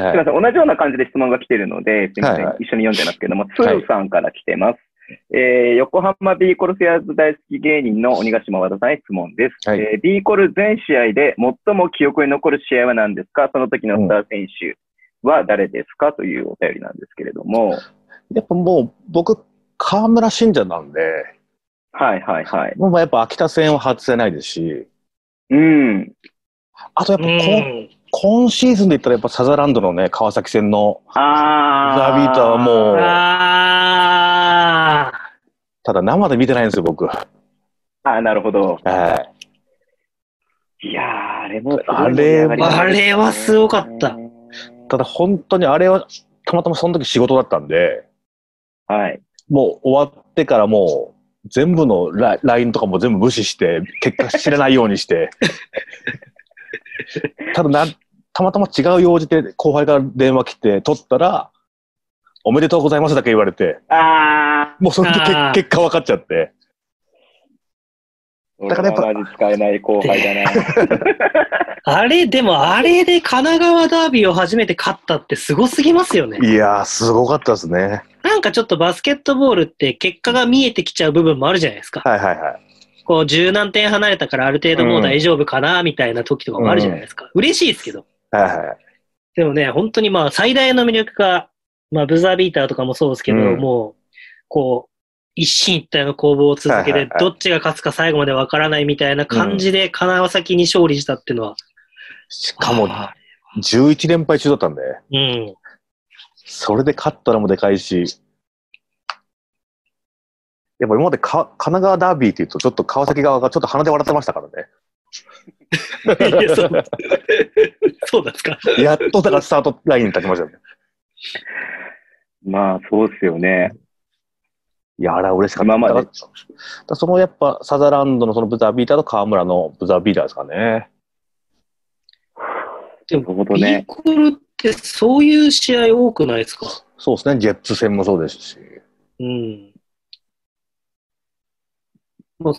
[SPEAKER 2] す
[SPEAKER 4] い
[SPEAKER 2] みません、同じような感じで質問が来てるので、すみません、
[SPEAKER 4] はい
[SPEAKER 2] 一緒に読んでますけども、つ
[SPEAKER 4] はい
[SPEAKER 2] るさんから来てます。えー横浜 B コルセアーズ大好き芸人の鬼ヶ島和田さんへ質問です。
[SPEAKER 4] はい
[SPEAKER 2] えー、B コル全試合で最も記憶に残る試合は何ですかその時のスター選手は誰ですか、というお便りなんですけれども、
[SPEAKER 4] やっぱもう僕、河村信者なんで、
[SPEAKER 2] はいはいはい。
[SPEAKER 4] もうやっぱ秋田戦は外せないですし、
[SPEAKER 2] うん。
[SPEAKER 4] あとやっぱ
[SPEAKER 3] う
[SPEAKER 4] こ、
[SPEAKER 3] ん。
[SPEAKER 4] 今シーズンで言ったらやっぱサザーランドのね、川崎戦の、
[SPEAKER 2] あー。
[SPEAKER 4] ザビーターはもう
[SPEAKER 3] ああ。
[SPEAKER 4] ただ生で見てないんですよ、僕。は
[SPEAKER 2] あー、なるほど。
[SPEAKER 4] い。
[SPEAKER 2] いやー、あれもすごい
[SPEAKER 4] あ
[SPEAKER 2] 盛り
[SPEAKER 4] れ
[SPEAKER 2] 上が
[SPEAKER 4] は
[SPEAKER 2] りましたね、
[SPEAKER 3] あれはすごかった
[SPEAKER 4] ただ本当にあれは、たまたまその時仕事だったんで、
[SPEAKER 2] はい。
[SPEAKER 4] もう終わってからもう、全部のラ LINE とかも全部無視して、結果知らないよう にして。ただな、たまたま違う用事で後輩から電話来て、取ったら、おめでとうございますだけ言われて、
[SPEAKER 2] あ
[SPEAKER 4] もうその時
[SPEAKER 3] あー
[SPEAKER 4] 結果分かっちゃって。
[SPEAKER 2] ー。
[SPEAKER 4] だからやっぱ
[SPEAKER 2] 俺もマジ使えない後輩だな。
[SPEAKER 3] あれ、でもあれで神奈川ダービーを初めて勝ったってすごすぎますよね。
[SPEAKER 4] いやー、すごかったですね。
[SPEAKER 3] なんかちょっとバスケットボールって結果が見えてきちゃう部分もあるじゃないですか。
[SPEAKER 4] はいはいはい。
[SPEAKER 3] こう十何点離れたからある程度もう大丈夫かなみたいな時とかもあるじゃないですか。嬉しいですけど。
[SPEAKER 4] はいはい。
[SPEAKER 3] でもね、本当にまあ最大の魅力が、まあブザービーターとかもそうですけど、
[SPEAKER 4] うん
[SPEAKER 3] もう、こう、一進一退の攻防を続け
[SPEAKER 4] はいはい
[SPEAKER 3] て
[SPEAKER 4] は、い
[SPEAKER 3] どっちが勝つか最後までわからないみたいな感じで金川崎に勝利したっていうのは。
[SPEAKER 4] しかも、11連敗中だったんで、
[SPEAKER 3] うん。
[SPEAKER 4] それで勝ったのもでかいし、やっぱ今までか神奈川ダービーっていうと、ちょっと川崎側がちょっと鼻で笑ってましたからね。
[SPEAKER 3] いやそうそうなんですか。
[SPEAKER 4] やっとだからスタートラインに立ちましたよね。
[SPEAKER 2] まあ、そうですよね。
[SPEAKER 4] いや、あれは嬉しかった。
[SPEAKER 2] 今まで
[SPEAKER 4] だからだからそのやっぱサザーランドのそのブザービーターと河村のブザービーターですかね。
[SPEAKER 3] で
[SPEAKER 2] なる
[SPEAKER 3] も、
[SPEAKER 2] ほど
[SPEAKER 3] ビ
[SPEAKER 2] ね
[SPEAKER 3] ー。コルってそういう試合多くないですか
[SPEAKER 4] そうですね。ジェッツ戦もそうですし。
[SPEAKER 3] うん。もう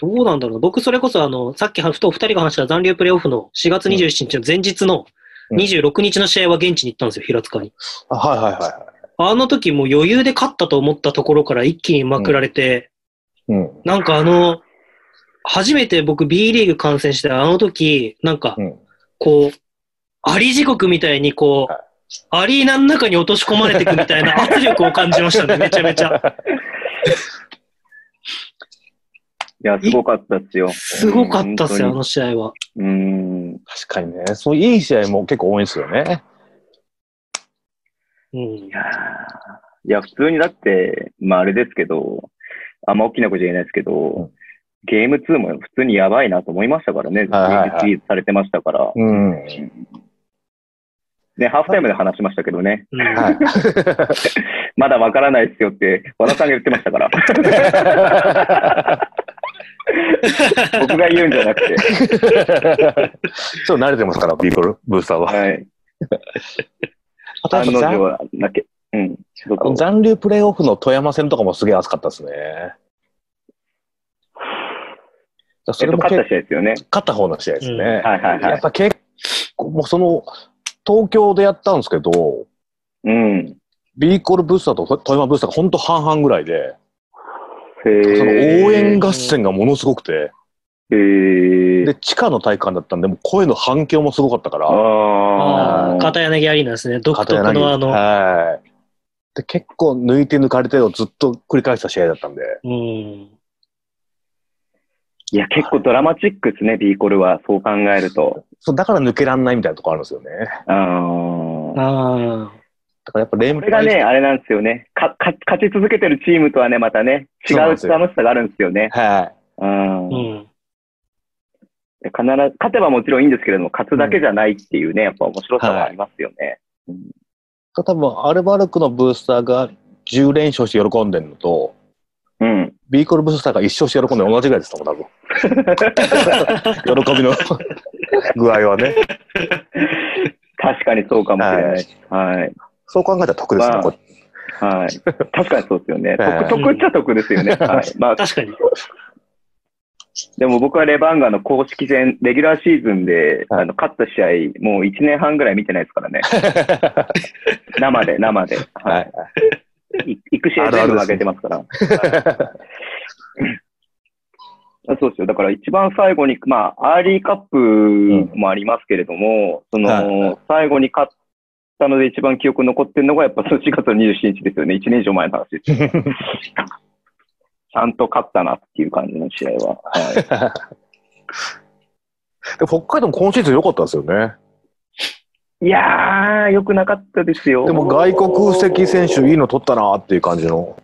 [SPEAKER 3] どうなんだろう。僕、それこそ、あの、さっきはふとお二人が話した残留プレーオフの4月27日の前日の
[SPEAKER 4] うん
[SPEAKER 3] 26日の試合は現地に行ったんですよ、平塚に。
[SPEAKER 4] あはいはいは
[SPEAKER 3] あの時もう余裕で勝ったと思ったところから一気にまくられて、
[SPEAKER 4] い。うん。
[SPEAKER 3] なんかあの、初めて僕 B リーグ観戦して、あの時、なんか
[SPEAKER 4] うん、
[SPEAKER 3] こう、アリ地獄みたいにこう
[SPEAKER 4] は、
[SPEAKER 3] アリーナの中に落とし込まれていくみたい な圧力を感じましたね、めちゃめちゃ。
[SPEAKER 4] ゃ。
[SPEAKER 2] いや、すごかったっすよ。
[SPEAKER 3] すごかったっすよ、あ
[SPEAKER 2] 本
[SPEAKER 3] の試合は。
[SPEAKER 2] 当にうん。
[SPEAKER 4] 確かにね。そういい試合も結構多いんですよね。
[SPEAKER 3] うん
[SPEAKER 2] い、やーいや、普通にだって、まああれですけど、あんま大きなこと言えないですけど、
[SPEAKER 4] ん
[SPEAKER 2] ゲーム2も普通にやばいなと思いましたからね、
[SPEAKER 4] はいはいはい
[SPEAKER 2] リリーズされてましたから、
[SPEAKER 4] う ん。は
[SPEAKER 2] ね、ハーフタイムで話しましたけどね、
[SPEAKER 3] うん
[SPEAKER 4] い。
[SPEAKER 2] まだわからないですよって、和田さんが言ってました から、僕が言うんじゃなくて、
[SPEAKER 4] ちょっと慣れてますから、ビーコル、ブースターは。
[SPEAKER 2] はい、
[SPEAKER 4] あと
[SPEAKER 2] 案の定
[SPEAKER 4] 残
[SPEAKER 2] はだっけ、うん、どうぞ
[SPEAKER 4] 残留プレーオフの富山戦とかもすげえ熱かったですね。
[SPEAKER 2] え
[SPEAKER 4] そ
[SPEAKER 2] っ
[SPEAKER 4] れ
[SPEAKER 2] と、
[SPEAKER 4] も
[SPEAKER 2] 勝った
[SPEAKER 4] け
[SPEAKER 2] 試合ですよね。
[SPEAKER 4] 勝った方の試合です
[SPEAKER 3] うん
[SPEAKER 4] ね。
[SPEAKER 2] はいはいは
[SPEAKER 4] やっ
[SPEAKER 2] い。
[SPEAKER 4] ぱ結構、もうその、東京でやったんですけど、
[SPEAKER 2] うん。
[SPEAKER 4] ビーコルブースターと富山ブースターが本当半々ぐらいで、
[SPEAKER 2] へー
[SPEAKER 4] その応援合戦がものすごくて、
[SPEAKER 2] へー
[SPEAKER 4] で、地下の体育館だったんで、もう声の反響もすごかったから、
[SPEAKER 3] あ
[SPEAKER 2] あ
[SPEAKER 3] あ、
[SPEAKER 2] ー
[SPEAKER 3] 片柳アリーナですね、独特
[SPEAKER 4] 片柳
[SPEAKER 3] のあの、
[SPEAKER 4] はい。で、結構抜いて抜かれてをずっと繰り返した試合だったんで、
[SPEAKER 3] うん、
[SPEAKER 2] いや、結構ドラマチックですね、ビーコルは、そう考えると。
[SPEAKER 4] そうだから抜けらんないみたいなとこあるんですよね。
[SPEAKER 2] あー
[SPEAKER 3] ああ、
[SPEAKER 4] だからやっぱ連
[SPEAKER 2] これが
[SPEAKER 4] 敗し
[SPEAKER 2] ね、あれなんですよねかか。勝ち続けてるチームとはね、またね、違
[SPEAKER 4] そうなん
[SPEAKER 2] う
[SPEAKER 4] で
[SPEAKER 2] 楽し
[SPEAKER 4] すよ
[SPEAKER 2] さがあるんですよね。
[SPEAKER 4] は
[SPEAKER 2] うん
[SPEAKER 3] う
[SPEAKER 2] 必
[SPEAKER 3] ん。
[SPEAKER 2] ず、勝てばもちろんいいんですけれども、勝つだけじゃないっていうね、やっぱ面白さはありますよね。
[SPEAKER 4] い。多分、アルバルクのブースターが10連勝して喜んでるのと、
[SPEAKER 2] うん。
[SPEAKER 4] ビーコルブースターが1勝して喜んでるの同じぐらいですと思う、 多分。喜びの具合はね。
[SPEAKER 2] 確かにそうかもしれないです。はい。
[SPEAKER 4] そう考えたら得ですね、
[SPEAKER 2] まあ
[SPEAKER 4] これ
[SPEAKER 2] はい。確かにそうですよね。
[SPEAKER 4] はい
[SPEAKER 2] 得、得っちゃ得です よね。はい。まあ、
[SPEAKER 3] 確かに。
[SPEAKER 2] でも僕はレバンガの公式戦、レギュラーシーズンで、
[SPEAKER 4] はい
[SPEAKER 2] あの、勝った試合、もう1年半ぐらい見てないですからね。 生で、生で。
[SPEAKER 4] は。
[SPEAKER 2] はいい。行く試合全部負けてますから。あ そうですよ。だから一番最後に、まあ、アーリーカップもありますけれども、その、
[SPEAKER 4] はい
[SPEAKER 2] 最後に勝ったので一番記憶に残ってるのが、やっぱその4月の27日ですよね。1年以上前の話です。ち ゃんと勝ったなっていう感じの試合は。はい、
[SPEAKER 4] で北海道も今シーズン良かったですよね。
[SPEAKER 2] いやー、良くなかったですよ。
[SPEAKER 4] でも外国籍選手いいの取ったなっていう感じの。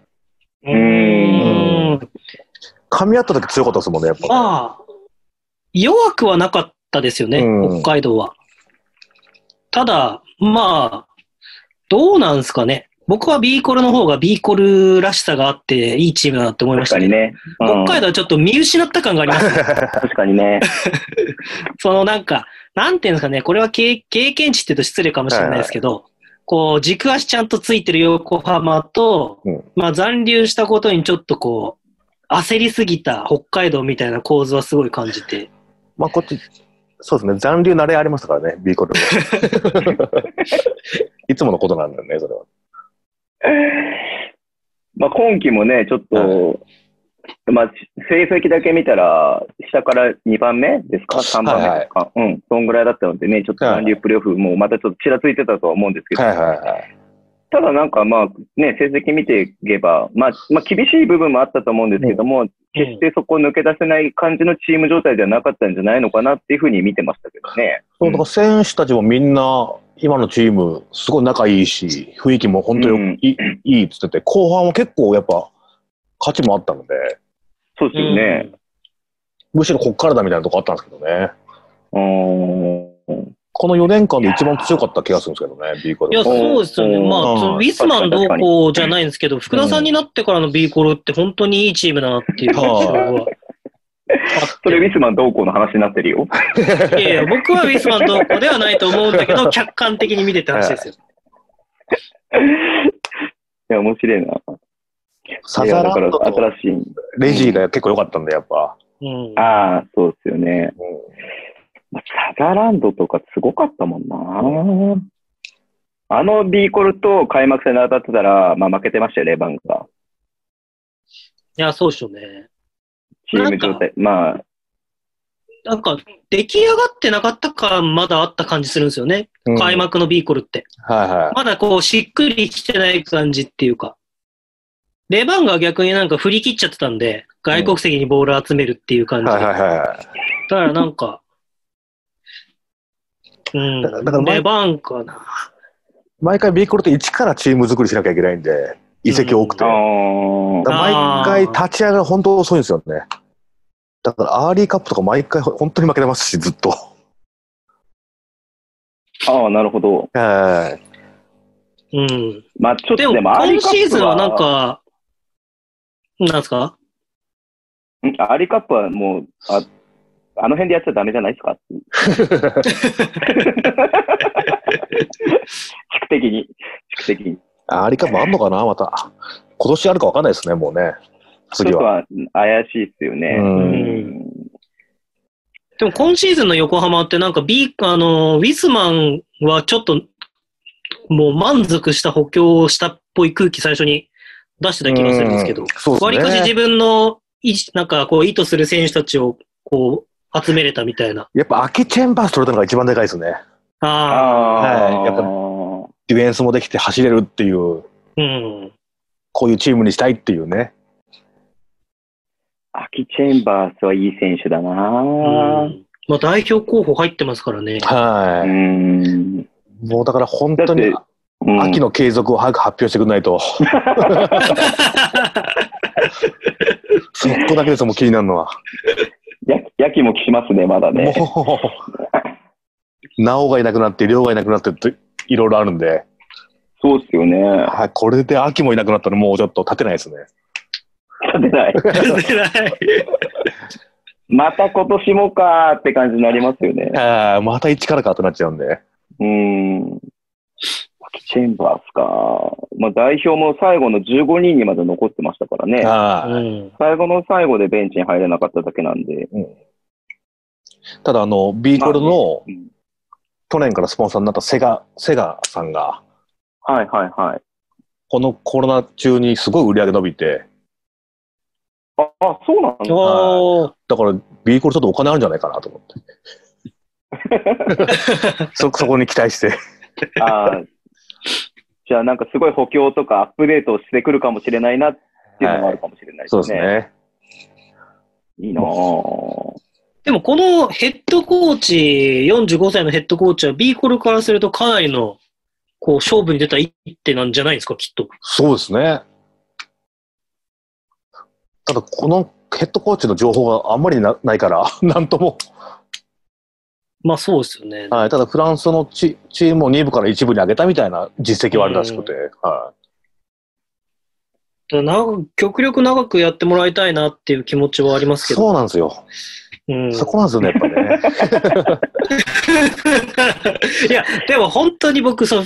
[SPEAKER 3] う
[SPEAKER 2] ー
[SPEAKER 3] ん。
[SPEAKER 4] 噛み合った時強かったですもんね、やっぱ。
[SPEAKER 3] まあ、弱くはなかったですよね、
[SPEAKER 4] うん
[SPEAKER 3] 北海道は。ただ、まあ、どうなんですかね。僕は B コルの方が B コルらしさがあって、いいチームだなって思いま
[SPEAKER 2] 確
[SPEAKER 3] した
[SPEAKER 2] か
[SPEAKER 3] け
[SPEAKER 2] に
[SPEAKER 3] ど、
[SPEAKER 2] ね。うん
[SPEAKER 3] 北海道はちょっと見失った感がありますね。
[SPEAKER 2] 確かにね。
[SPEAKER 3] そのなんか、なんていうんですかね、これは経経験値って言うと失礼かもしれないですけど、こう、軸足ちゃんとついてる横浜と、
[SPEAKER 4] うん
[SPEAKER 3] まあ残留したことにちょっとこう、焦りすぎた北海道みたいな構図はすごい感じて。
[SPEAKER 4] まあこっち、そうですね、残留慣れありますからね、ビーコルは いつものことなんだよね、それは。
[SPEAKER 2] まあ、今期もね、ちょっと、まあ、成績だけ見たら、下から2番目ですか ?3 番目ですか、うん。そんぐらいだったのでね、ちょっと
[SPEAKER 4] はい
[SPEAKER 2] 残留プレーオフ、もうまたちょっとちらついてたとは思うんですけど、
[SPEAKER 4] はいはいはい。
[SPEAKER 2] ただなんかまあ、ね、成績見ていけば、まあ、まあ、厳しい部分もあったと思うんですけども、決してそこを抜け出せない感じのチーム状態ではなかったんじゃないのかなっていうふうに見てましたけどね。
[SPEAKER 4] そうだから選手たちもみんな、今のチーム、すごい仲いいし、雰囲気も本当
[SPEAKER 2] うん
[SPEAKER 4] にいい,、いいっつってて、後半は結構やっぱ、勝ちもあったので、
[SPEAKER 2] そうですよね。
[SPEAKER 4] むしろこっからだみたいなとこあったんですけどね。
[SPEAKER 2] うん。
[SPEAKER 4] この4年間で一番強かった気がするんですけどね、ビーコ
[SPEAKER 3] い
[SPEAKER 4] ル
[SPEAKER 3] や、
[SPEAKER 4] は。
[SPEAKER 3] そうですよね。まあ
[SPEAKER 4] うん、
[SPEAKER 3] そのウィスマンどうこうじゃないんですけど、福田さんになってからの B コロって本当にいいチームだなっていう印象は。
[SPEAKER 2] それ、ウィスマン同行の話になってるよ。
[SPEAKER 3] いやいや、僕はウィスマンどうこうではないと思うんだけ ど、客観的に見てって話ですよ。
[SPEAKER 2] いや、面白いな。
[SPEAKER 4] サ
[SPEAKER 2] い
[SPEAKER 4] ザ
[SPEAKER 2] や、
[SPEAKER 4] ーラ
[SPEAKER 2] だから
[SPEAKER 4] ンドと
[SPEAKER 2] 新しい。
[SPEAKER 4] レジーが結構良かったんで、やっぱ。
[SPEAKER 3] うん。
[SPEAKER 2] ああ、そうですよね。まあサザーランドとかすごかったもんな。あのビーコルと開幕戦で当たってたら、まあ負けてましたよ、レバンが。
[SPEAKER 3] いや、そうっしょね。
[SPEAKER 2] チーム状態。まあ、
[SPEAKER 3] なんか、出来上がってなかった感まだあった感じするんですよね。
[SPEAKER 4] うん
[SPEAKER 3] 開幕のビーコルって。
[SPEAKER 4] はいは
[SPEAKER 3] まだこう、しっくりきてない感じっていうか。レバンが逆になんか振り切っちゃってたんで、外国籍にボール集めるっていう感
[SPEAKER 4] い。
[SPEAKER 3] じで。
[SPEAKER 4] はいはいはいはい。
[SPEAKER 3] だからなんか、うん、
[SPEAKER 4] だからだから前
[SPEAKER 3] レバンかな。
[SPEAKER 4] 毎回ビーコルって一からチーム作りしなきゃいけないんで、移籍多くて。
[SPEAKER 2] あ
[SPEAKER 4] だ
[SPEAKER 2] ー
[SPEAKER 4] から毎回立ち上がり本当遅いんですよね。だからアーリーカップとか毎回ほ本当に負けてますし、ずっと。
[SPEAKER 2] あー、なるほど。
[SPEAKER 4] はい
[SPEAKER 3] うん。
[SPEAKER 2] まあちょっ
[SPEAKER 3] で
[SPEAKER 2] と
[SPEAKER 3] も、
[SPEAKER 2] でも、アリ
[SPEAKER 3] 今
[SPEAKER 2] カップ
[SPEAKER 3] シーズンはなんか、なんすか
[SPEAKER 2] んアリカップはもう、ああの辺でやっちゃダメじゃないですか地区的に。地区的に。
[SPEAKER 4] アーリーカップあんのかな、また。今年あるかわかんないですね、もうね。
[SPEAKER 2] ちょっ
[SPEAKER 4] 次
[SPEAKER 2] と
[SPEAKER 4] は。
[SPEAKER 2] は怪しいですよね。
[SPEAKER 4] うん
[SPEAKER 2] うん
[SPEAKER 3] でも今シーズンの横浜ってなんか B、あの、ウィスマンはちょっと、もう満足した補強をしたっぽい空気最初に出してた気がするんですけ
[SPEAKER 4] う
[SPEAKER 3] ど、
[SPEAKER 4] そうですね。
[SPEAKER 3] 割かし自分の意思、なんかこう意図する選手たちをこう集めれたみたいな。
[SPEAKER 4] やっぱ空きチェンバース取れたのが一番でかいですね。
[SPEAKER 3] ああ、
[SPEAKER 2] あー
[SPEAKER 4] はいやっぱディフェンスもできて走れるっていう、
[SPEAKER 3] うん。
[SPEAKER 4] こういうチームにしたいっていうね。
[SPEAKER 2] アキ・チェンバースはいい選手だな
[SPEAKER 3] う
[SPEAKER 2] ぁ。
[SPEAKER 3] ん。まあ代表候補入ってますからね。
[SPEAKER 4] は
[SPEAKER 2] う
[SPEAKER 4] い。
[SPEAKER 2] ん。
[SPEAKER 4] もうだから本当に
[SPEAKER 2] だうん
[SPEAKER 4] 秋の継続を早く発表してくれな いと。 そこだけですもう気になるのは。
[SPEAKER 2] ややきもきしますね、まだね。
[SPEAKER 4] もう、なおがいなくなって、りょうがいなくなってって、いろいろあるんで、
[SPEAKER 2] そうっすよね。
[SPEAKER 4] はい、これで秋もいなくなったら、もうちょっと立てないですね。
[SPEAKER 2] 勝てない。また今年もかーって感じになりますよね。
[SPEAKER 4] ああ、また一からかってなっちゃうんで。
[SPEAKER 2] うん。アキ・チェンバースか。まあ、代表も最後の15人にまで残ってましたからね。
[SPEAKER 4] は
[SPEAKER 3] うん。
[SPEAKER 2] 最後の最後でベンチに入れなかっただけなんで。
[SPEAKER 4] い。ただ、あの、ビーコルの
[SPEAKER 2] うん
[SPEAKER 4] 去年からスポンサーになったセガ、セガさんが、
[SPEAKER 2] はいはいはい。
[SPEAKER 4] このコロナ中にすごい売り上げ伸びて、
[SPEAKER 2] あ、あそうなんだ。
[SPEAKER 3] おー。
[SPEAKER 4] だから、ビーコルちょっとお金あるんじゃないかなと思って。そ、そこに期待して。
[SPEAKER 2] あーじゃあなんかすごい補強とかアップデートをしてくるかもしれないなっていうのもあるかもしれないですね。
[SPEAKER 4] そうですね。
[SPEAKER 2] いいなぁ。
[SPEAKER 3] でもこのヘッドコーチ、45歳のヘッドコーチは B コルからするとかなりの、こう、勝負に出た一手なんじゃないですか、きっと。
[SPEAKER 4] そうですね。ただ、このヘッドコーチの情報があんまりなないから、 なんとも。
[SPEAKER 3] まあそうですよね。
[SPEAKER 4] はい、ただ、フランスのチチームを2部から1部に上げたみたいな実績はあるらしくて、は
[SPEAKER 3] だから長く極力長くやってもらいたいなっていう気持ちはありま
[SPEAKER 4] い、
[SPEAKER 3] すけど。
[SPEAKER 4] そうなんですよ、
[SPEAKER 3] うん、
[SPEAKER 4] そこなんですよね、やっぱね。
[SPEAKER 3] いや、でも本当に僕、その、ウ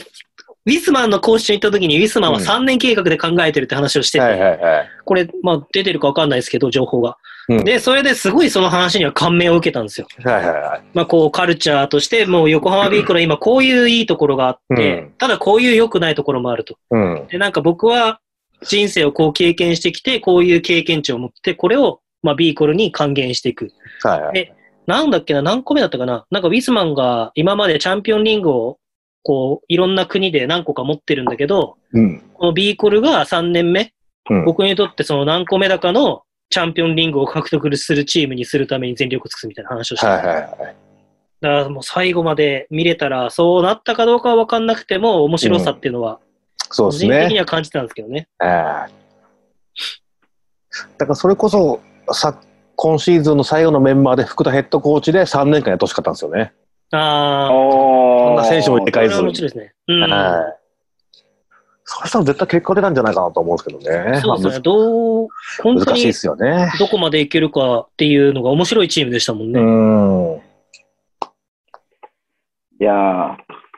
[SPEAKER 3] ィスマンの講師に行った時に、ウィスマンは
[SPEAKER 4] うん
[SPEAKER 3] 3年計画で考えてるって話をしてて、
[SPEAKER 4] はいはいはい。
[SPEAKER 3] これ、まあ出てるかわかんないですけど、情報が。
[SPEAKER 4] うん
[SPEAKER 3] で、それですごいその話には感銘を受けたんですよ。
[SPEAKER 4] はいはいはい。
[SPEAKER 3] まあ、こう、カルチャーとして、もう横浜ビークの今、こういういいところがあって、
[SPEAKER 4] うん
[SPEAKER 3] ただこういう良くないところもあると。
[SPEAKER 4] うん。
[SPEAKER 3] で、なんか僕は、人生をこう経験してきて、こういう経験値を持って、これを、まあ、ビーコルに還元していく。
[SPEAKER 4] はいはい。
[SPEAKER 3] なんだっけな、何個目だったかななんか、ウィスマンが今までチャンピオンリングを、こう、いろんな国で何個か持ってるんだけど、
[SPEAKER 4] うん。
[SPEAKER 3] このビーコルが3年目、
[SPEAKER 4] うん
[SPEAKER 3] 僕にとってその何個目だかのチャンピオンリングを獲得するチームにするために全力を尽くすみたいな話をして
[SPEAKER 4] は
[SPEAKER 3] て
[SPEAKER 4] いはいはい。
[SPEAKER 3] だからもう最後まで見れたら、そうなったかどうかは分かんなくても、面白さっていうのは、
[SPEAKER 4] そ
[SPEAKER 3] 個
[SPEAKER 4] うです
[SPEAKER 3] 人的に
[SPEAKER 4] ね。
[SPEAKER 3] は感じてたんですけどね。
[SPEAKER 4] ええだから、それこそ、さ、今シーズンの最後のメンバーで福田ヘッドコーチで3年間やってほしかったんですよね。
[SPEAKER 3] ああ、
[SPEAKER 2] こ
[SPEAKER 4] んな選手もいて
[SPEAKER 3] こ
[SPEAKER 4] か
[SPEAKER 3] れ
[SPEAKER 4] いぞ
[SPEAKER 3] はもちろんですね。うん。
[SPEAKER 4] はい。そしたら絶対結果出たんじゃないかなと思うんですけどね。
[SPEAKER 3] そうですね。
[SPEAKER 4] ま
[SPEAKER 3] どう、
[SPEAKER 4] あ
[SPEAKER 3] 本
[SPEAKER 4] むず
[SPEAKER 3] 当
[SPEAKER 4] 難しい
[SPEAKER 3] に
[SPEAKER 4] ですよね。
[SPEAKER 3] どこまでいけるかっていうのが面白いチームでしたもん
[SPEAKER 4] う
[SPEAKER 3] ね。
[SPEAKER 4] ん。
[SPEAKER 2] いやー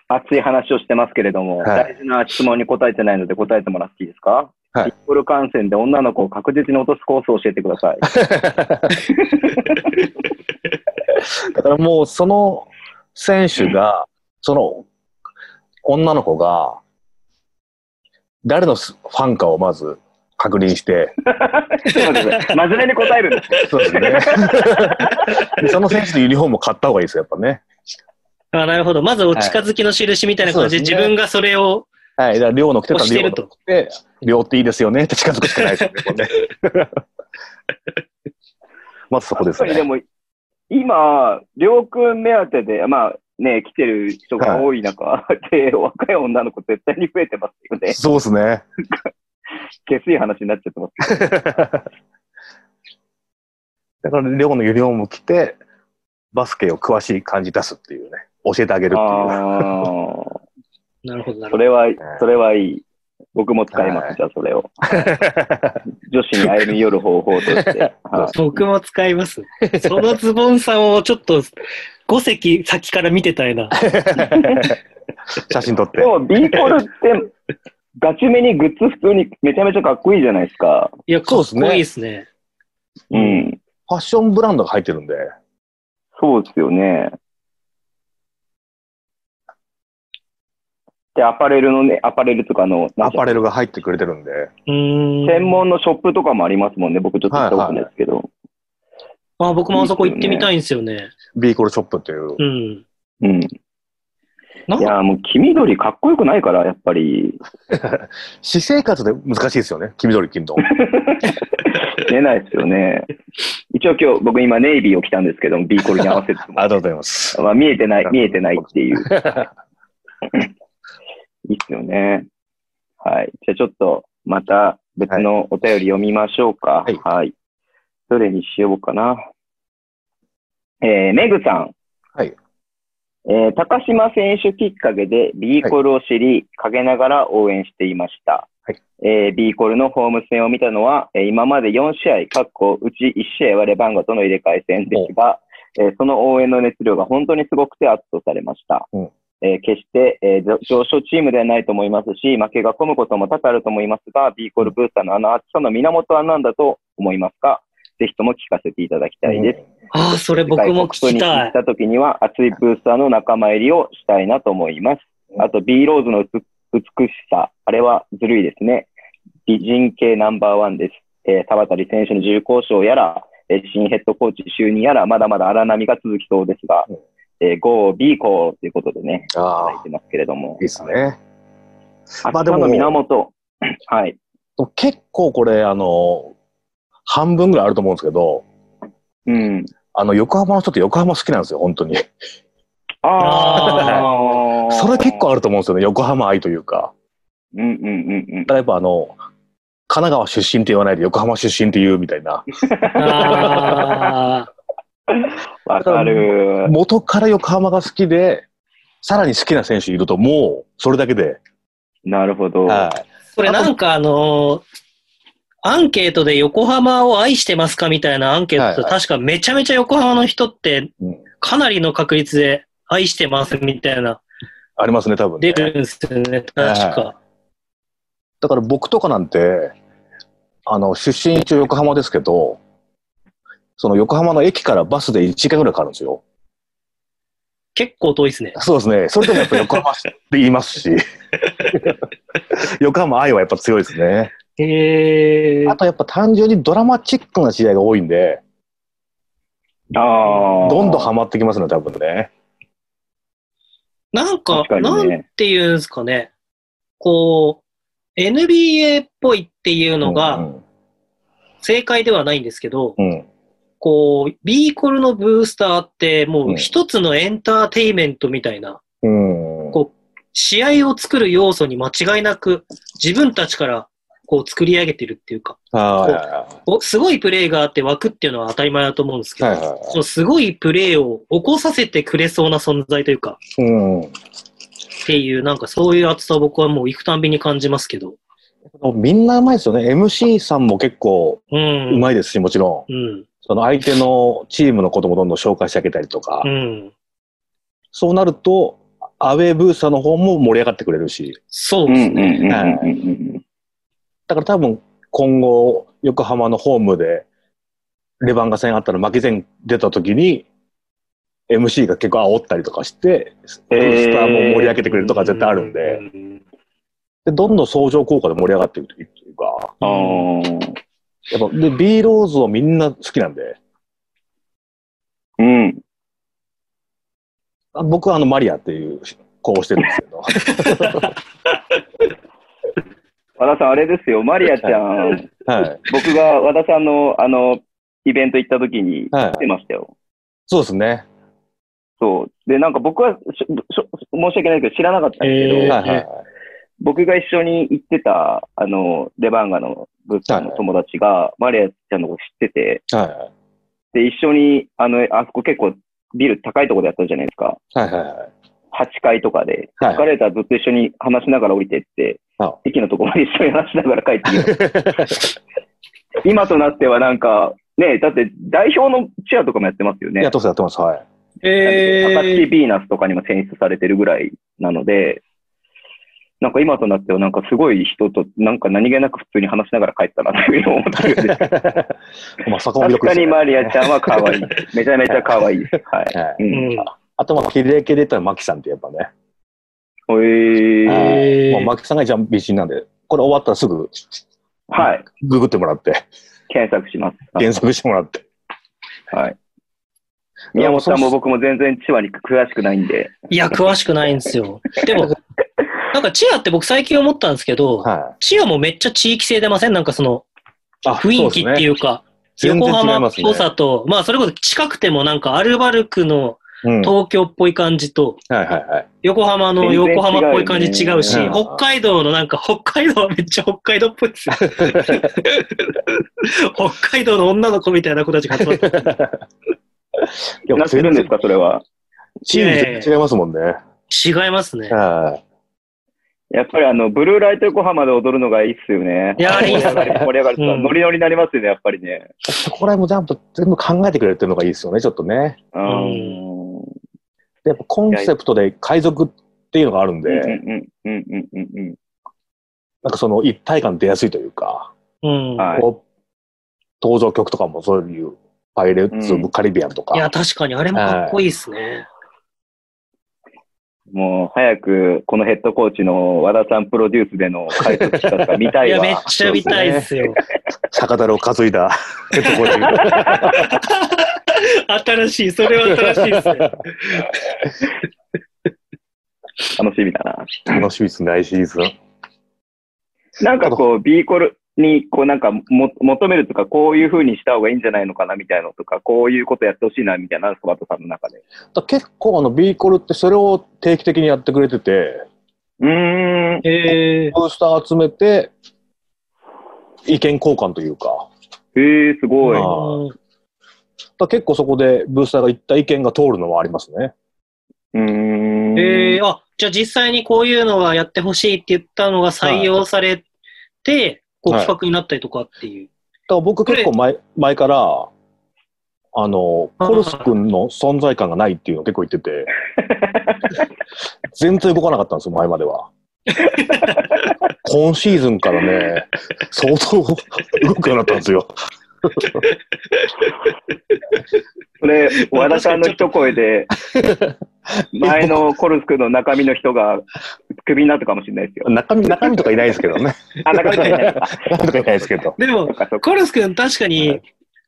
[SPEAKER 2] 熱い話をしてますけれども、
[SPEAKER 4] はい
[SPEAKER 2] 大事な質問に答えてないので答えてもらっていいですか
[SPEAKER 4] はい
[SPEAKER 2] インフル感染で女の子を確実に落とすコースを教えてくださ い。
[SPEAKER 4] だからもうその選手が、その女の子が、誰のファンかをまず確認して、
[SPEAKER 2] ちょっと待ってください真面目に答えるんです。
[SPEAKER 4] そうですね。で その選手のユニフォームを買った方がいいですよ、やっぱね。
[SPEAKER 3] あなるほど。まずお近づきの印みたいな感じで、
[SPEAKER 4] はい
[SPEAKER 3] 自分がそれを、
[SPEAKER 4] はい。だから、寮の来てた
[SPEAKER 3] 押して
[SPEAKER 4] 寮
[SPEAKER 3] る
[SPEAKER 4] の
[SPEAKER 3] と
[SPEAKER 4] 来て、寮っていいですよねって近づくしかないですよねこれね。 まずそこです
[SPEAKER 2] やっぱりで
[SPEAKER 4] ね。
[SPEAKER 2] も、今、りょうくん目当てで、まあね、来てる人が多い中、で、若い女の子絶対に増えてますよね。
[SPEAKER 4] そうですね。
[SPEAKER 2] 下水話になっちゃってますけ
[SPEAKER 4] だから、寮のユニフォームを着て、バスケを詳しい感じ出すっていうね、教えてあげる
[SPEAKER 2] ど。
[SPEAKER 4] っていう。
[SPEAKER 2] ああ、
[SPEAKER 3] なるほど、な
[SPEAKER 2] そ
[SPEAKER 3] るほど。
[SPEAKER 2] れは、それはいい。僕も使います、じゃあそれ を。女子に歩み寄る方法と して。はい
[SPEAKER 3] 僕も使います。そのズボンさんをちょっと5席先から見てた いな。
[SPEAKER 4] 写真撮って
[SPEAKER 2] で。も、ビーコルって、ガチめにグッズ普通にめちゃめちゃかっこいいじゃないですか。
[SPEAKER 3] いや、かっ
[SPEAKER 4] そうですね
[SPEAKER 3] こいいですね。
[SPEAKER 2] うん。
[SPEAKER 4] ファッションブランドが入ってるんで。
[SPEAKER 2] そうですよね。で、アパレルのね、アパレルとかあの、な
[SPEAKER 4] ア
[SPEAKER 2] んか
[SPEAKER 4] パレルが入ってくれてるんで。
[SPEAKER 3] うーん。
[SPEAKER 2] 専門のショップとかもありますもんね。僕ちょっと行ったことないですけど。
[SPEAKER 3] あ、僕もあそこ行ってみたいんですよね。
[SPEAKER 4] ビーコルショップっていう。
[SPEAKER 3] うん。
[SPEAKER 2] うん。
[SPEAKER 3] なん
[SPEAKER 2] いやー、もう黄緑かっこよくないから、やっぱ り。
[SPEAKER 4] 私生活で難しいですよね。黄緑金 の。
[SPEAKER 2] 出ないですよね。一応今日、僕今ネイビーを着たんですけども、ビーコルに合わせて
[SPEAKER 4] ありがとうございます。
[SPEAKER 2] まあ、見えて ない、見えてないっていう。いいっすよね。はい。じゃあちょっと、また別のお便り読みましょうか。
[SPEAKER 4] はい
[SPEAKER 2] はい。どれにしようかな。えー、メグさん。
[SPEAKER 4] はい。
[SPEAKER 2] えー、高島選手きっかけで B コルを知り、陰ながら応援していました。
[SPEAKER 4] はい。
[SPEAKER 2] えー、B コルのホーム戦を見たのは、えー今まで4試合、かっこうち1試合はレバンガとの入れ替え戦ですが、えーその応援の熱量が本当にすごくて圧倒されました。
[SPEAKER 4] うん
[SPEAKER 2] えー決して、えー上上昇チームではないと思いますし、負けが込むことも多々あると思いますが、B コールブースターのあの熱さの源は何だと思いますかぜひとも聞かせていただきたいです。
[SPEAKER 3] ああ、それ僕も聞き
[SPEAKER 2] 次
[SPEAKER 3] た
[SPEAKER 2] 回
[SPEAKER 3] い
[SPEAKER 2] 国。葬に行った時には、熱いブースターの仲間入りをしたいなと思います。あと、B ローズの美美しさ、あれはずるいですね。美人系ナンバーワンです。えー、田渡選手の重厚賞やら、えー新ヘッドコーチ就任やら、まだまだ荒波が続きそうですが
[SPEAKER 4] うん、
[SPEAKER 2] えー、GO、B コーということでね、い
[SPEAKER 4] あ
[SPEAKER 2] た
[SPEAKER 4] あ
[SPEAKER 2] だい、てますけれども
[SPEAKER 4] いい。ですね。ま
[SPEAKER 2] ま
[SPEAKER 4] あ
[SPEAKER 2] あ
[SPEAKER 4] で
[SPEAKER 2] で
[SPEAKER 4] も
[SPEAKER 2] の源。はい。
[SPEAKER 4] 結構これ、あの、半分ぐらいあると思うんですけど、
[SPEAKER 2] うん。
[SPEAKER 4] あの、横浜の人って横浜好きなんですよ、本当に。
[SPEAKER 2] ああ。
[SPEAKER 4] それ結構あると思うんですよね、横浜愛というか。
[SPEAKER 2] うんうんうんうん
[SPEAKER 4] だ。からやっぱあの、神奈川出身って言わないで横浜出身って言うみたいな。
[SPEAKER 3] あ
[SPEAKER 2] わかる。
[SPEAKER 4] 元から横浜が好きで、さらに好きな選手いるともう、それだけで。
[SPEAKER 2] なるほど。
[SPEAKER 4] はい。
[SPEAKER 3] あ。それなんかあのーアンケートで横浜を愛してますかみたいなアンケート
[SPEAKER 4] は
[SPEAKER 3] で、
[SPEAKER 4] いは
[SPEAKER 3] 確かめちゃめちゃ横浜の人って
[SPEAKER 4] うん、
[SPEAKER 3] かなりの確率で愛してますみたいな、
[SPEAKER 4] ありますね、多分、
[SPEAKER 3] 出
[SPEAKER 4] ね。
[SPEAKER 3] るんですよね、確か。
[SPEAKER 4] だから僕とかなんて、あの、出身一応横浜ですけど、その横浜の駅からバスで1時間ぐらいかかるんですよ。
[SPEAKER 3] 結構遠いですね。
[SPEAKER 4] そうですね。それでもやっぱ横浜って言います し、横浜愛はやっぱ強いですね。
[SPEAKER 3] へえ
[SPEAKER 4] あとやっぱ単純にドラマチックな試合が多いんで、
[SPEAKER 2] ああ。
[SPEAKER 4] どんどんハマってきますね、多分ね。
[SPEAKER 3] なんか
[SPEAKER 2] 確か
[SPEAKER 3] な
[SPEAKER 2] にね
[SPEAKER 3] んていうんですかね。こう、NBA っぽいっていうの
[SPEAKER 4] う
[SPEAKER 3] が
[SPEAKER 4] ん
[SPEAKER 3] 正解ではないんですけど、
[SPEAKER 4] うん、うん
[SPEAKER 3] こう、ビーコルのブースターっても
[SPEAKER 4] うん
[SPEAKER 3] う一つのエンターテイメントみたいな、
[SPEAKER 4] うん
[SPEAKER 3] こ試合を作る要素に間違いなく自分たちからこう作り上げてるっていうか、
[SPEAKER 4] はい
[SPEAKER 3] おすごいプレーがあって枠っていうのは当たり前だと思うんですけど、
[SPEAKER 4] はいはい
[SPEAKER 3] そのすごいプレーを起こさせてくれそうな存在というか、
[SPEAKER 4] うん
[SPEAKER 3] っていう、なんかそういう熱さを僕はもう行くたんびに感じますけど。
[SPEAKER 4] みんなうまいですよね。MC さんも結構
[SPEAKER 3] うん。
[SPEAKER 4] うまいですし、もちろん。
[SPEAKER 3] うん。
[SPEAKER 4] その相手のチームのこともどんどん紹介してあげたりとか、
[SPEAKER 3] うん。
[SPEAKER 4] そうなると、アウェーブースターの方も盛り上がってくれるし、
[SPEAKER 3] そう
[SPEAKER 2] うん
[SPEAKER 3] で
[SPEAKER 2] う
[SPEAKER 3] す
[SPEAKER 2] んうんうん
[SPEAKER 3] ね。
[SPEAKER 2] うんうん。
[SPEAKER 4] だから多分今後、横浜のホームで、レバンガ戦あったら負け戦出た時に、MC が結構煽ったりとかして、スタ
[SPEAKER 2] えー
[SPEAKER 4] ーも盛り上げてくれるとか絶対あるんで、でどんどん相乗効果で盛り上がっていくというか、
[SPEAKER 2] あー
[SPEAKER 4] やっぱ、で、B ローズをみんな好きなんで、
[SPEAKER 2] うん。
[SPEAKER 4] あ僕はあのマリアっていう子をしてるんですけ ど、
[SPEAKER 2] 和田さん、あれですよ。マリアちゃ ん、
[SPEAKER 4] はい。
[SPEAKER 2] 僕が和田さんの、あの、イベント行った時に
[SPEAKER 4] はい
[SPEAKER 2] 来てましたよ。
[SPEAKER 4] そうですね。
[SPEAKER 2] そう。で、なんか僕はしょしょ申し訳ないけど知らなかったんですけど、
[SPEAKER 3] えー
[SPEAKER 4] はいはいはい。
[SPEAKER 2] 僕が一緒に行ってた、あの、レバンガのブッカの友達が、マリアちゃんのこと知ってて、
[SPEAKER 4] は
[SPEAKER 2] で、一緒に、あの、あそこ結構ビル高いとこでやったじゃないですか。
[SPEAKER 4] いはいはいはい。
[SPEAKER 2] 8階とかで、
[SPEAKER 4] はい
[SPEAKER 2] エスカレーターずっと一緒に話しながら降りてって
[SPEAKER 4] あ、
[SPEAKER 2] 駅のとこまで一緒に話しながら帰ってきま した今となってはなんか、ね、だって代表のチアとかもやってますよね。
[SPEAKER 4] やっとそうやってます。はい。
[SPEAKER 3] え
[SPEAKER 2] アカツキ
[SPEAKER 3] ー、
[SPEAKER 2] ビーナスとかにも選出されてるぐらいなので、なんか今となってはなんかすごい人となんか何気なく普通に話しながら帰ったなっていうのを思 ってるんです
[SPEAKER 4] まあ、そこも魅
[SPEAKER 2] 確か
[SPEAKER 4] 力です
[SPEAKER 2] に
[SPEAKER 4] よね。
[SPEAKER 2] マリアちゃんは可 愛い。めちゃめちゃ可愛いです。はい。
[SPEAKER 4] はい、
[SPEAKER 2] うん。
[SPEAKER 3] うん
[SPEAKER 4] あと、まあ、キレイ系で言ったら、マキさんってやっぱね。
[SPEAKER 2] えー、
[SPEAKER 3] へー
[SPEAKER 4] もうマキさんが一番美人なんで、これ終わったらすぐ
[SPEAKER 2] はい。
[SPEAKER 4] ググってもらって、
[SPEAKER 2] 検索します。
[SPEAKER 4] 検索してもらって。
[SPEAKER 2] はい。宮本さんも僕も全然千葉に詳しくないんで。
[SPEAKER 3] いや、詳しくないんですよ。でも、なんかチアって僕最近思ったんですけど、
[SPEAKER 4] は
[SPEAKER 3] チアもめっちゃ地域性出ませんなんかその、
[SPEAKER 4] い。あ。
[SPEAKER 3] 雰囲気っていううか、
[SPEAKER 4] 全
[SPEAKER 3] 横
[SPEAKER 4] 然違いますね
[SPEAKER 3] 浜っぽさと、まあそれこそ近くてもなんかアルバルクの
[SPEAKER 4] そうですねうん。
[SPEAKER 3] 東京っぽい感じと、
[SPEAKER 4] はいはいはい。
[SPEAKER 3] 横浜の横浜っぽい感じ違うし、
[SPEAKER 4] 全然違うよねう
[SPEAKER 3] 北
[SPEAKER 4] ん
[SPEAKER 3] 海道のなんか、北海道はめっちゃ北海道っぽい ですよ。北海道の女の子みたいな子たちが集まって。
[SPEAKER 4] いや
[SPEAKER 2] なってるんです
[SPEAKER 4] 全然
[SPEAKER 2] か、それは。
[SPEAKER 4] チーム全然違いますもんね。
[SPEAKER 3] 違いますね。
[SPEAKER 4] はい。
[SPEAKER 2] やっぱりあの、ブルーライト横浜で踊るのがいいっすよね。
[SPEAKER 3] いやーいいっすね
[SPEAKER 2] 盛り上がると、
[SPEAKER 3] うん
[SPEAKER 2] ノリノリになりますよね、やっぱりね。
[SPEAKER 4] そこら辺もちゃんと全部考えてくれるっていうのがいいですよね、ちょっとね。
[SPEAKER 2] う
[SPEAKER 3] うん
[SPEAKER 2] ん。
[SPEAKER 4] でやっぱコンセプトで海賊っていうのがあるん
[SPEAKER 2] うん
[SPEAKER 4] で、
[SPEAKER 2] うんうんうんうんうん
[SPEAKER 4] なんかその一体感出やすいというか。
[SPEAKER 3] うん。
[SPEAKER 2] はい
[SPEAKER 4] こう登場曲とかもそういうパイレーツ・オブ・カリビアンとか、
[SPEAKER 3] いや、確かにあれもかっこいいですね。
[SPEAKER 2] もう、早く、このヘッドコーチの和田さんプロデュースでの解説したとか見た
[SPEAKER 3] い
[SPEAKER 2] い
[SPEAKER 3] や、
[SPEAKER 2] わ。
[SPEAKER 3] めっちゃ見たいですよ。
[SPEAKER 4] 酒樽を担いだ ヘッドコーチ
[SPEAKER 3] 新しい、それは新しいです ね。
[SPEAKER 2] 楽しみだな。
[SPEAKER 4] 楽しみですね、来シーズン。
[SPEAKER 2] なんかこう、ビーコルに、こうなんかも、求めるとか、こういう風にした方がいいんじゃないのかな、みたいなのとか、こういうことやってほしいな、みたいな、スバトさんの中で。
[SPEAKER 4] だ結構あの、ビーコルってそれを定期的にやってくれてて、
[SPEAKER 2] うーん。
[SPEAKER 3] え
[SPEAKER 4] ブースター集めて、意見交換というか、
[SPEAKER 2] えー、すごい。
[SPEAKER 4] まあ
[SPEAKER 3] ー。
[SPEAKER 4] だ結構そこでブースターが言った意見が通るのはありますね。
[SPEAKER 2] うーん。
[SPEAKER 3] えー、あ、じゃあ実際にこういうのがやってほしいって言ったのが採用されて、こう
[SPEAKER 4] はい
[SPEAKER 3] 企画になったりとかっていう。
[SPEAKER 4] だから僕結構前前から、あの、コルス君の存在感がないっていうのを結構言って て、全然動かなかったんですよ、前までは。今シーズンからね、相当動くようになったんですよ。
[SPEAKER 2] それ、和田さんの一声 で、前のコルスクの中身の人がクビになったかもしれないです よ。
[SPEAKER 4] 中身、中身とかいないですけどね。
[SPEAKER 2] あ、中身じゃないか。
[SPEAKER 4] 中身とかいないですけど。
[SPEAKER 3] でも
[SPEAKER 2] そっ、かそっか
[SPEAKER 3] コルス君確か
[SPEAKER 4] は
[SPEAKER 3] に、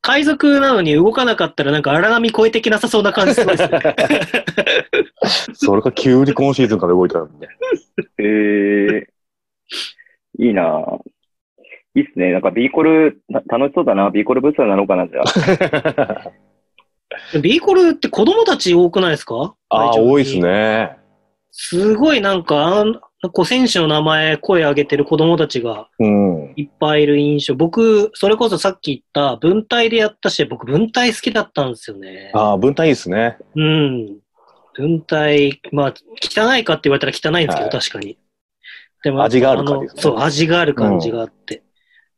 [SPEAKER 3] 海賊なのに動かなかったらなんか荒波超えてきなさそうな感じすごい ですね。
[SPEAKER 4] それが急に今シーズンから動いたん で。
[SPEAKER 2] えー、いいなぁいいっすね。なんかビーコル、な楽しそうだな。ビーコルブースターなのかな、じゃあ。
[SPEAKER 3] ビーコルって子供たち多くないですか
[SPEAKER 4] ああ、
[SPEAKER 3] 会場に
[SPEAKER 4] 多いですね。
[SPEAKER 3] すごいなんか、あんこう選手の名前、声上げてる子供たちが
[SPEAKER 4] うん。
[SPEAKER 3] いっぱいいる印象。僕、それこそさっき言った文体でやったし、僕文体好きだったんですよね。
[SPEAKER 4] ああ、分担いいですね。
[SPEAKER 3] うん。文体、まあ、汚いかって言われたら汚いんですけど、
[SPEAKER 4] はい
[SPEAKER 3] 確かに。でも
[SPEAKER 4] 味がある感じですね
[SPEAKER 3] のそう、味がある感じがあって。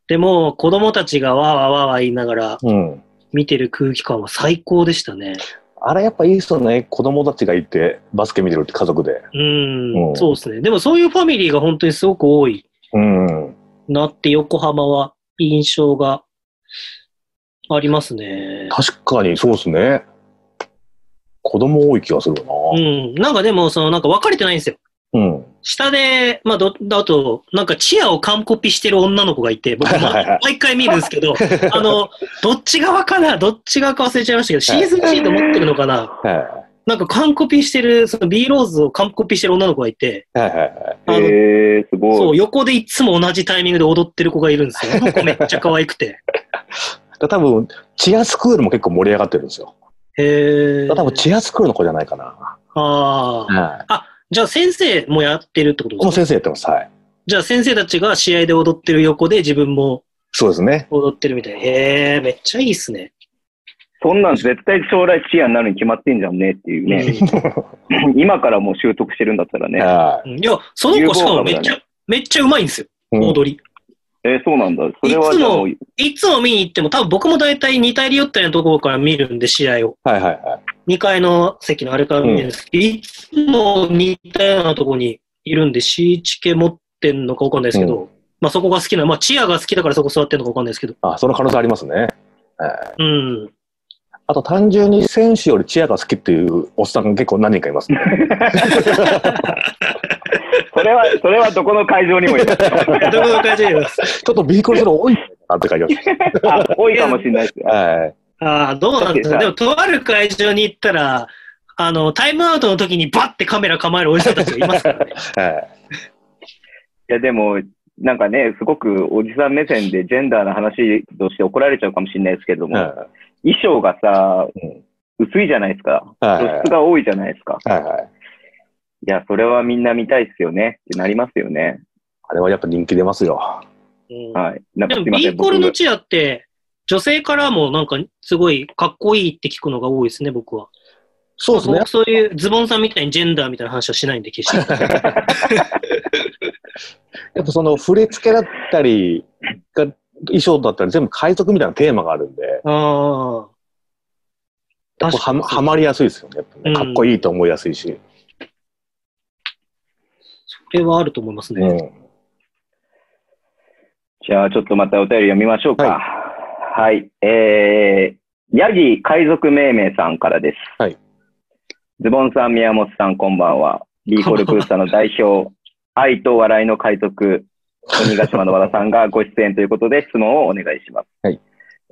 [SPEAKER 3] でも、子供たちがわーわーわーわー言いながら
[SPEAKER 4] うん。
[SPEAKER 3] 見てる空気感は最高でしたね。
[SPEAKER 4] あれやっぱいいですよね。子供たちがいて、バスケ見てるって家族で。
[SPEAKER 3] うん、
[SPEAKER 4] うん
[SPEAKER 3] そうですね。でもそういうファミリーが本当にすごく多い
[SPEAKER 4] うん。
[SPEAKER 3] なって横浜は印象がありますね。
[SPEAKER 4] 確かにそうですね。子供多い気がするな。
[SPEAKER 3] うん。なんかでも、そのなんか分かれてないんですよ。
[SPEAKER 4] うん。は
[SPEAKER 3] 下で、まあ、ど、だと、なんかチアを完コピしてる女の子がいて、 僕
[SPEAKER 4] い
[SPEAKER 3] も
[SPEAKER 4] はいはい。
[SPEAKER 3] 毎回見るんですけ ど、あの、どっち側かなどっち側か忘れちゃいましたけど、シ
[SPEAKER 4] はい
[SPEAKER 3] ーズンシート持ってるのかな
[SPEAKER 4] はい
[SPEAKER 3] なんか完コピしてる、その B ローズを完コピしてる女の子がいて、
[SPEAKER 4] はいはい。
[SPEAKER 3] あの
[SPEAKER 2] えー、す
[SPEAKER 3] そ
[SPEAKER 2] ご
[SPEAKER 3] う、
[SPEAKER 2] い。
[SPEAKER 3] 横でいつも同じタイミングで踊ってる子がいるんですよ。 あの子めっちゃ可愛くて。
[SPEAKER 4] だ多分、チアスクールも結構盛り上がってるんですよ。
[SPEAKER 3] へえ。
[SPEAKER 4] だ多分、チアスクールの子じゃないかな。
[SPEAKER 3] ああ。
[SPEAKER 4] は
[SPEAKER 3] じゃあ先生もやってるってこと
[SPEAKER 4] い。
[SPEAKER 3] で
[SPEAKER 4] こ
[SPEAKER 3] す
[SPEAKER 4] の
[SPEAKER 3] か
[SPEAKER 4] 先生やってます。はい。
[SPEAKER 3] じゃあ先生たちが試合で踊ってる横で自分も
[SPEAKER 4] そうですね。
[SPEAKER 3] 踊ってるみたいな。へえ、めっちゃいいっすね。
[SPEAKER 2] そんなん絶対将来チアになるに決まってんじゃんねっていうね。 今からもう習得してるんだったらね。
[SPEAKER 4] は
[SPEAKER 3] うんいや、その子しかもめっちゃ、めっちゃうまいんですよ、
[SPEAKER 4] い。うん
[SPEAKER 3] 踊り。
[SPEAKER 2] えー、そうなんだ。それはじゃあもう、
[SPEAKER 3] いつも見に行っても、多分僕も大体似たり寄ったりのところから見るんで、試合を。
[SPEAKER 4] はいはいはい。
[SPEAKER 3] 2階の席のあれから見るんですけど、いつも似たようなところにいるんで、C チケ持ってんのかわかんないですけど、まあそこが好きな、まあチアが好きだからそこ座ってんのかわかんないですけど、
[SPEAKER 4] あ、その可能性ありますね。はい
[SPEAKER 3] うん。
[SPEAKER 4] あと単純に選手よりチアが好きっていうおっさんが結構何人かいます ね。
[SPEAKER 2] それは、それはどこの会場にもいる。
[SPEAKER 3] どういう感じで言います
[SPEAKER 4] ちょっとビーコルするの多いなって書いてます。
[SPEAKER 2] あ多いかもしれないです。
[SPEAKER 4] はい。
[SPEAKER 3] ああ、どうなんですか。でも、とある会場に行ったら、あの、タイムアウトの時にバッてカメラ構えるおじさんたちがいますからね。
[SPEAKER 4] はい
[SPEAKER 2] や、でも、なんかね、すごくおじさん目線でジェンダーの話として怒られちゃうかもしれないですけど
[SPEAKER 4] い。
[SPEAKER 2] も、
[SPEAKER 4] は
[SPEAKER 2] 衣装がさ
[SPEAKER 4] うん、
[SPEAKER 2] 薄いじゃないですか。
[SPEAKER 4] い。はい
[SPEAKER 2] 露出が多いじゃないですか。
[SPEAKER 4] はいはい。
[SPEAKER 2] いや、それはみんな見たいっすよねってなりますよね。
[SPEAKER 4] あれはやっぱ人気出ますよ。
[SPEAKER 3] うん
[SPEAKER 2] はい。なん
[SPEAKER 3] で
[SPEAKER 2] かす
[SPEAKER 3] も、
[SPEAKER 2] いませ
[SPEAKER 3] ビ
[SPEAKER 2] ん、
[SPEAKER 3] ーコルの
[SPEAKER 2] 僕、
[SPEAKER 3] チアって、女性からもなんか、すごいかっこいいって聞くのが多いですね、僕は。
[SPEAKER 4] そうですね
[SPEAKER 3] 僕。そういうズボンさんみたいにジェンダーみたいな話はしないんで、決して。
[SPEAKER 4] やっぱその振り付けだったりが、衣装だったり全部海賊みたいなテーマがあるんで、
[SPEAKER 3] ああ。
[SPEAKER 4] やっぱ
[SPEAKER 3] 確かに
[SPEAKER 4] ははまりやすいですよねやっぱね。かっこいいと思いやすいし。
[SPEAKER 3] それはあると思います
[SPEAKER 4] う
[SPEAKER 3] ね。
[SPEAKER 4] ん
[SPEAKER 2] じゃあちょっとまたお便り読みましょうか。はい。えー、ヤギ海賊命名さんからです。
[SPEAKER 4] はい。
[SPEAKER 2] ズボンさん、宮本さん、こんばんは。ビーコルブースターの代表、愛と笑いの海賊、鬼ヶ島の和田さんがご出演ということで質問をお願いします。
[SPEAKER 4] はい。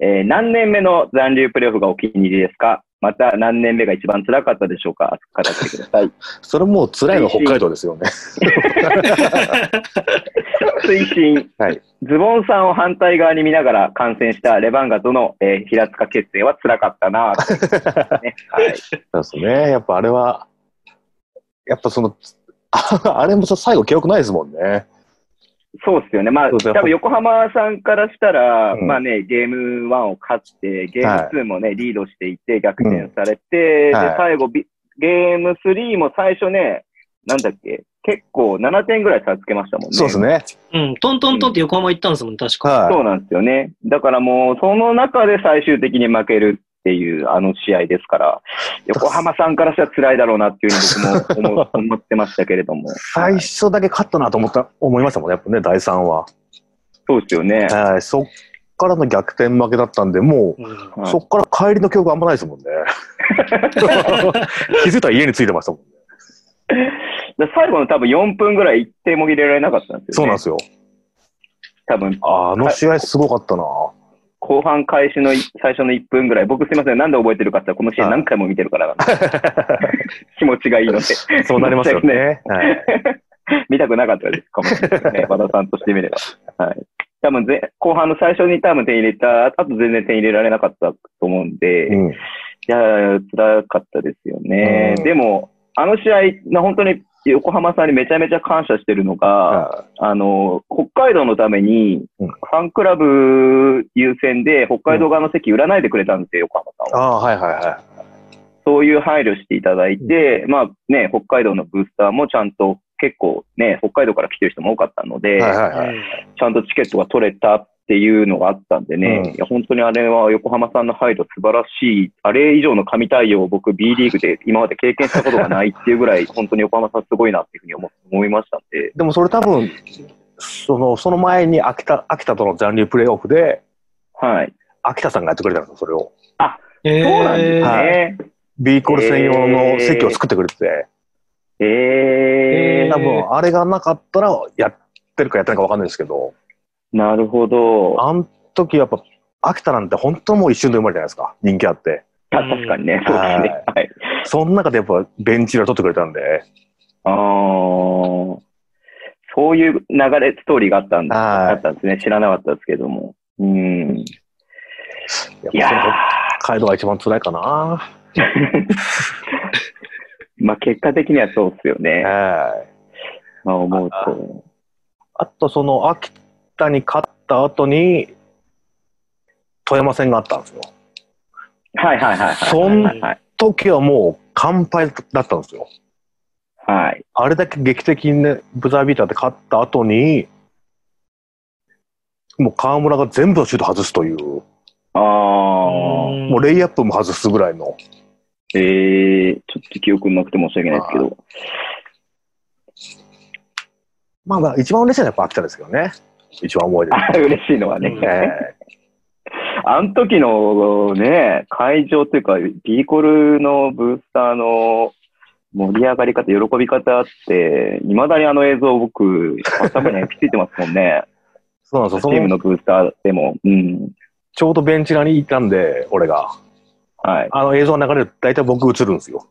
[SPEAKER 2] えー、何年目の残留プレーオフがお気に入りですかまた何年目が一番辛かったでしょうか語ってください。
[SPEAKER 4] それもう辛いのは北海道ですよね。
[SPEAKER 2] 推進、
[SPEAKER 4] はい
[SPEAKER 2] ズボンさんを反対側に見ながら観戦したレバンガとの、えー平塚決戦は辛かったなぁ、ねはい
[SPEAKER 4] そうですね。やっぱあれは、やっぱその、 ああれもさ最後記憶ないですもんね。
[SPEAKER 2] そうっすよね、まあ、
[SPEAKER 4] そうです
[SPEAKER 2] 多
[SPEAKER 4] ね
[SPEAKER 2] 分横浜さんからしたら、
[SPEAKER 4] うん
[SPEAKER 2] まあね、ゲーム1を勝って、ゲー
[SPEAKER 4] は
[SPEAKER 2] ム2もね、リードしていて、逆転されて、
[SPEAKER 4] うんは
[SPEAKER 2] で
[SPEAKER 4] い
[SPEAKER 2] 最後、ビゲーム3も最初ね、なんだっけ、結構7点ぐらい差つけましたもんね。
[SPEAKER 4] そうですね。
[SPEAKER 3] うん、トントントンって横浜行ったんですもん、確か。
[SPEAKER 4] は
[SPEAKER 2] そうなんですよね。だからもう、その中で最終的に負けるっていう、あの試合ですから、横浜さんからしたら辛いだろうなっていうふうに僕も 思思ってましたけれども。
[SPEAKER 4] い。最初だけ勝ったなと思った、思いましたもんね。やっぱね、第3話。
[SPEAKER 2] そうですよね。
[SPEAKER 4] はい。そっからの逆転負けだったんで、も
[SPEAKER 3] う
[SPEAKER 4] う、
[SPEAKER 3] ん
[SPEAKER 2] はい
[SPEAKER 4] そっから帰りの記憶あんまないですもんね。 気づいたら家に着いてましたもんね。
[SPEAKER 2] だから最後の多分4分ぐらい一点も入れられなかったんです
[SPEAKER 4] そ
[SPEAKER 2] よね。
[SPEAKER 4] うなんですよ。
[SPEAKER 2] 多分、
[SPEAKER 4] あの試合すごかったな。
[SPEAKER 2] 後半開始のい最初の1分ぐらい、僕すいません、なんで覚えてるかって言ったらこの試合何回も見てるから なんで気持ちがいいので。
[SPEAKER 4] そうなりますよ
[SPEAKER 2] 申し訳ない
[SPEAKER 4] ね。はい。
[SPEAKER 2] 見たくなかったですかもしれないです ね。和田さんとしてみれば。はい。多分ぜ、後半の最初に多分点入れた、あと全然点入れられなかったと思うんで、
[SPEAKER 4] う
[SPEAKER 2] い
[SPEAKER 4] ん。
[SPEAKER 2] やー、辛かったですよね。
[SPEAKER 4] うん
[SPEAKER 2] でも、あの試合、な本当に横浜さんにめちゃめちゃ感謝してるのが、
[SPEAKER 4] は
[SPEAKER 2] あの、北海道のために、
[SPEAKER 4] うん
[SPEAKER 2] ファンクラブ優先で北海道側の席売らないでくれたんですよ、横浜
[SPEAKER 4] い
[SPEAKER 2] さんは。
[SPEAKER 4] ああ、はいはいは
[SPEAKER 2] そういう配慮していただいて、まあね、北海道のブースターもちゃんと結構ね、北海道から来てる人も多かったので、
[SPEAKER 4] い。はいはいはい。
[SPEAKER 2] ちゃんとチケットが取れたっていうのがあったんでね、
[SPEAKER 4] うん
[SPEAKER 2] いや本当にあれは横浜さんの配慮素晴らしい、あれ以上の神対応を僕 B リーグで今まで経験したことがないっていうぐらい、本当に横浜さんすごいなっていうふうに思思いましたんで、
[SPEAKER 4] でもそれ多分、その、その前に秋田、秋田との残留プレーオフで、
[SPEAKER 2] はい。
[SPEAKER 4] 秋田さんがやってくれたんですよ、それを。
[SPEAKER 3] え
[SPEAKER 2] そうなんですね。
[SPEAKER 4] ビーコール専用の席を作ってくれてて、
[SPEAKER 2] え
[SPEAKER 3] へー
[SPEAKER 2] え
[SPEAKER 4] 多分あれがなかったらやってるかやってないかわかんないですけど、
[SPEAKER 2] なるほど。あ
[SPEAKER 4] あの時やっぱ、秋田なんて本当もう一瞬で生まれたじゃないですか、人気あって。
[SPEAKER 2] 確かにね、そうですね。はい。
[SPEAKER 4] その中でやっぱベンチ裏取ってくれたんで、
[SPEAKER 2] あーそういう流れ、ストーリーがあったんだ。あ
[SPEAKER 4] は
[SPEAKER 2] ったんですね。知らなかったですけども。うん。い
[SPEAKER 4] い。
[SPEAKER 2] や
[SPEAKER 4] やっぱその
[SPEAKER 2] ー
[SPEAKER 4] 北海道が一番辛いかな。
[SPEAKER 2] まあ結果的にはそうですよね。
[SPEAKER 4] はい。
[SPEAKER 2] まあ思うと。
[SPEAKER 4] あとその秋田に勝った後に、富山戦があったんですよ。
[SPEAKER 2] はいはいはいはい。
[SPEAKER 4] そん
[SPEAKER 2] はいはい
[SPEAKER 4] 時はもう完敗だったんですよ。
[SPEAKER 2] はい。
[SPEAKER 4] あれだけ劇的にね、ブザービーターで勝った後に、もう河村が全部のシュート外すという、
[SPEAKER 2] ああ、
[SPEAKER 4] もうレイアップも外すぐらいの、
[SPEAKER 2] ええちょっと記憶なくて申し訳ないですけど。
[SPEAKER 4] まあまあ一番嬉しいのはやっぱ秋田ですけどね。一番思い出。
[SPEAKER 2] あ 嬉しいのはね。
[SPEAKER 3] うん
[SPEAKER 4] え
[SPEAKER 2] あの時のね、会場というか、ビーコルのブースターの盛り上がり方、喜び方って、いまだにあの映像僕、頭に焼き付いてますもんね。
[SPEAKER 4] そうなん ですよ。
[SPEAKER 2] チ
[SPEAKER 4] そ
[SPEAKER 2] ーム
[SPEAKER 4] の
[SPEAKER 2] のブースターでも。うん。
[SPEAKER 4] ちょうどベンチ側にいたんで、俺が。
[SPEAKER 2] はい。
[SPEAKER 4] あの映像の流れで大体僕映るんですよ。